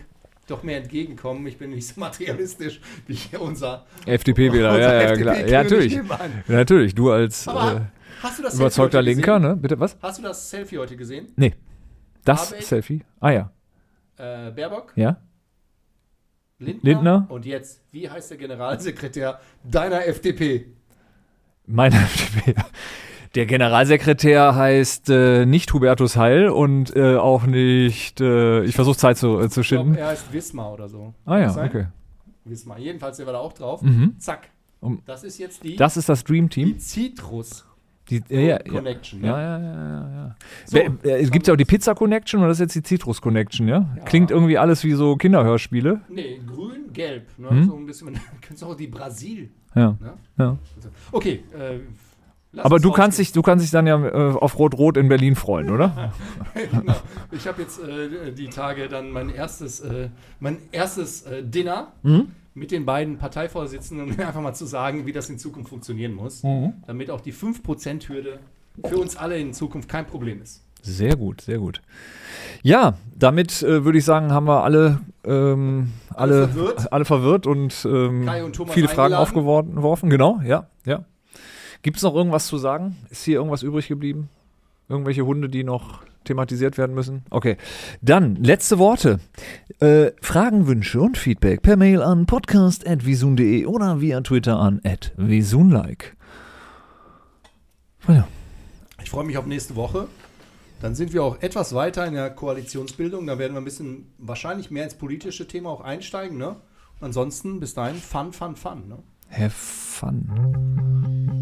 [SPEAKER 3] doch mehr entgegenkommen. Ich bin nicht so materialistisch wie hier unser.
[SPEAKER 2] FDP-Wähler,
[SPEAKER 3] unser
[SPEAKER 2] ja, ja, klar.
[SPEAKER 3] FDP-König
[SPEAKER 2] Ja, natürlich.
[SPEAKER 3] nebenan.
[SPEAKER 2] Natürlich, du als
[SPEAKER 3] Aber
[SPEAKER 2] äh,
[SPEAKER 3] hast du das
[SPEAKER 2] überzeugter
[SPEAKER 3] Selfie heute
[SPEAKER 2] Linker, ne?
[SPEAKER 3] gesehen?
[SPEAKER 2] Bitte, was?
[SPEAKER 3] Hast du das Selfie heute gesehen?
[SPEAKER 2] Nee. Das
[SPEAKER 3] Habe ich-
[SPEAKER 2] Selfie? Ah ja,
[SPEAKER 3] Äh, Baerbock,
[SPEAKER 2] ja.
[SPEAKER 3] Lindner,
[SPEAKER 2] Lindner.
[SPEAKER 3] und jetzt, wie heißt der Generalsekretär deiner FDP?
[SPEAKER 2] Mein FDP. Der Generalsekretär heißt äh, nicht Hubertus Heil und äh, auch nicht, äh, ich versuche Zeit zu, äh, zu
[SPEAKER 3] Ich glaube,
[SPEAKER 2] schinden.
[SPEAKER 3] er heißt Wismar oder so.
[SPEAKER 2] Ah
[SPEAKER 3] Kann
[SPEAKER 2] ja,
[SPEAKER 3] sein?
[SPEAKER 2] okay.
[SPEAKER 3] Wismar. Jedenfalls, der war da auch drauf.
[SPEAKER 2] Mhm.
[SPEAKER 3] Zack.
[SPEAKER 2] Um-
[SPEAKER 3] das ist jetzt die,
[SPEAKER 2] Das ist das Dream
[SPEAKER 3] die
[SPEAKER 2] Team.
[SPEAKER 3] Citrus
[SPEAKER 2] Die, äh, ja, ja,
[SPEAKER 3] Connection. ne?
[SPEAKER 2] ja, ja, ja, ja.
[SPEAKER 3] So.
[SPEAKER 2] Wer- äh, es gibt ja auch die Pizza Connection und das ist jetzt die Citrus Connection, ja? Klingt irgendwie alles wie so Kinderhörspiele.
[SPEAKER 3] Nee, grün, gelb. Ne? So ein bisschen, kennst du auch die Brasil.
[SPEAKER 2] Ja.
[SPEAKER 3] Ne?
[SPEAKER 2] Mhm. ja.
[SPEAKER 3] Also, Okay. Äh, lass
[SPEAKER 2] Aber
[SPEAKER 3] uns
[SPEAKER 2] du kannst,
[SPEAKER 3] rausgehen.
[SPEAKER 2] dich, du kannst dich dann ja äh, auf Rot-Rot in Berlin freuen, oder?
[SPEAKER 3] genau. Ich habe jetzt äh, die Tage dann mein erstes, äh, mein erstes äh, Dinner mit den beiden Parteivorsitzenden, um einfach mal zu sagen, wie das in Zukunft funktionieren muss, damit auch die 5%-Hürde für uns alle in Zukunft kein Problem ist.
[SPEAKER 2] Sehr gut, sehr gut. Ja, damit äh, würde ich sagen, haben wir alle, ähm, alle, alle,
[SPEAKER 3] Alle verwirrt.
[SPEAKER 2] verwirrt. und, ähm,
[SPEAKER 3] Kai und Thomas
[SPEAKER 2] viele Fragen
[SPEAKER 3] eingeladen.
[SPEAKER 2] aufgeworfen. Genau, ja, ja. Gibt es noch irgendwas zu sagen? Ist hier irgendwas übrig geblieben? Irgendwelche Hunde, die noch thematisiert werden müssen? Okay. Dann letzte Worte. Äh, Fragen, Wünsche und Feedback per Mail an podcast.visun.de oder via Twitter an visunlike. Ja.
[SPEAKER 3] Ich freue mich auf nächste Woche. Dann sind wir auch etwas weiter in der Koalitionsbildung. Da werden wir ein bisschen wahrscheinlich mehr ins politische Thema auch einsteigen. Ne? Ansonsten bis dahin, fun, fun, fun. Ne?
[SPEAKER 2] Have fun.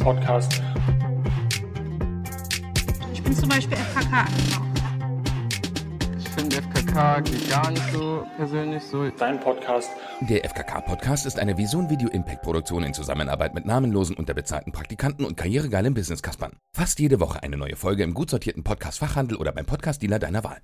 [SPEAKER 8] Podcast.
[SPEAKER 5] Ich bin zum Beispiel FKK.
[SPEAKER 4] Ich finde FKK geht gar nicht so persönlich so.
[SPEAKER 8] Dein Podcast.
[SPEAKER 9] Der FKK-Podcast ist eine Vision Video Impact Produktion in Zusammenarbeit mit namenlosen, unterbezahlten Praktikanten und karrieregeilen Business-Kaspern. Fast jede Woche eine neue Folge im gut sortierten Podcast-Fachhandel oder beim Podcast-Dealer deiner Wahl.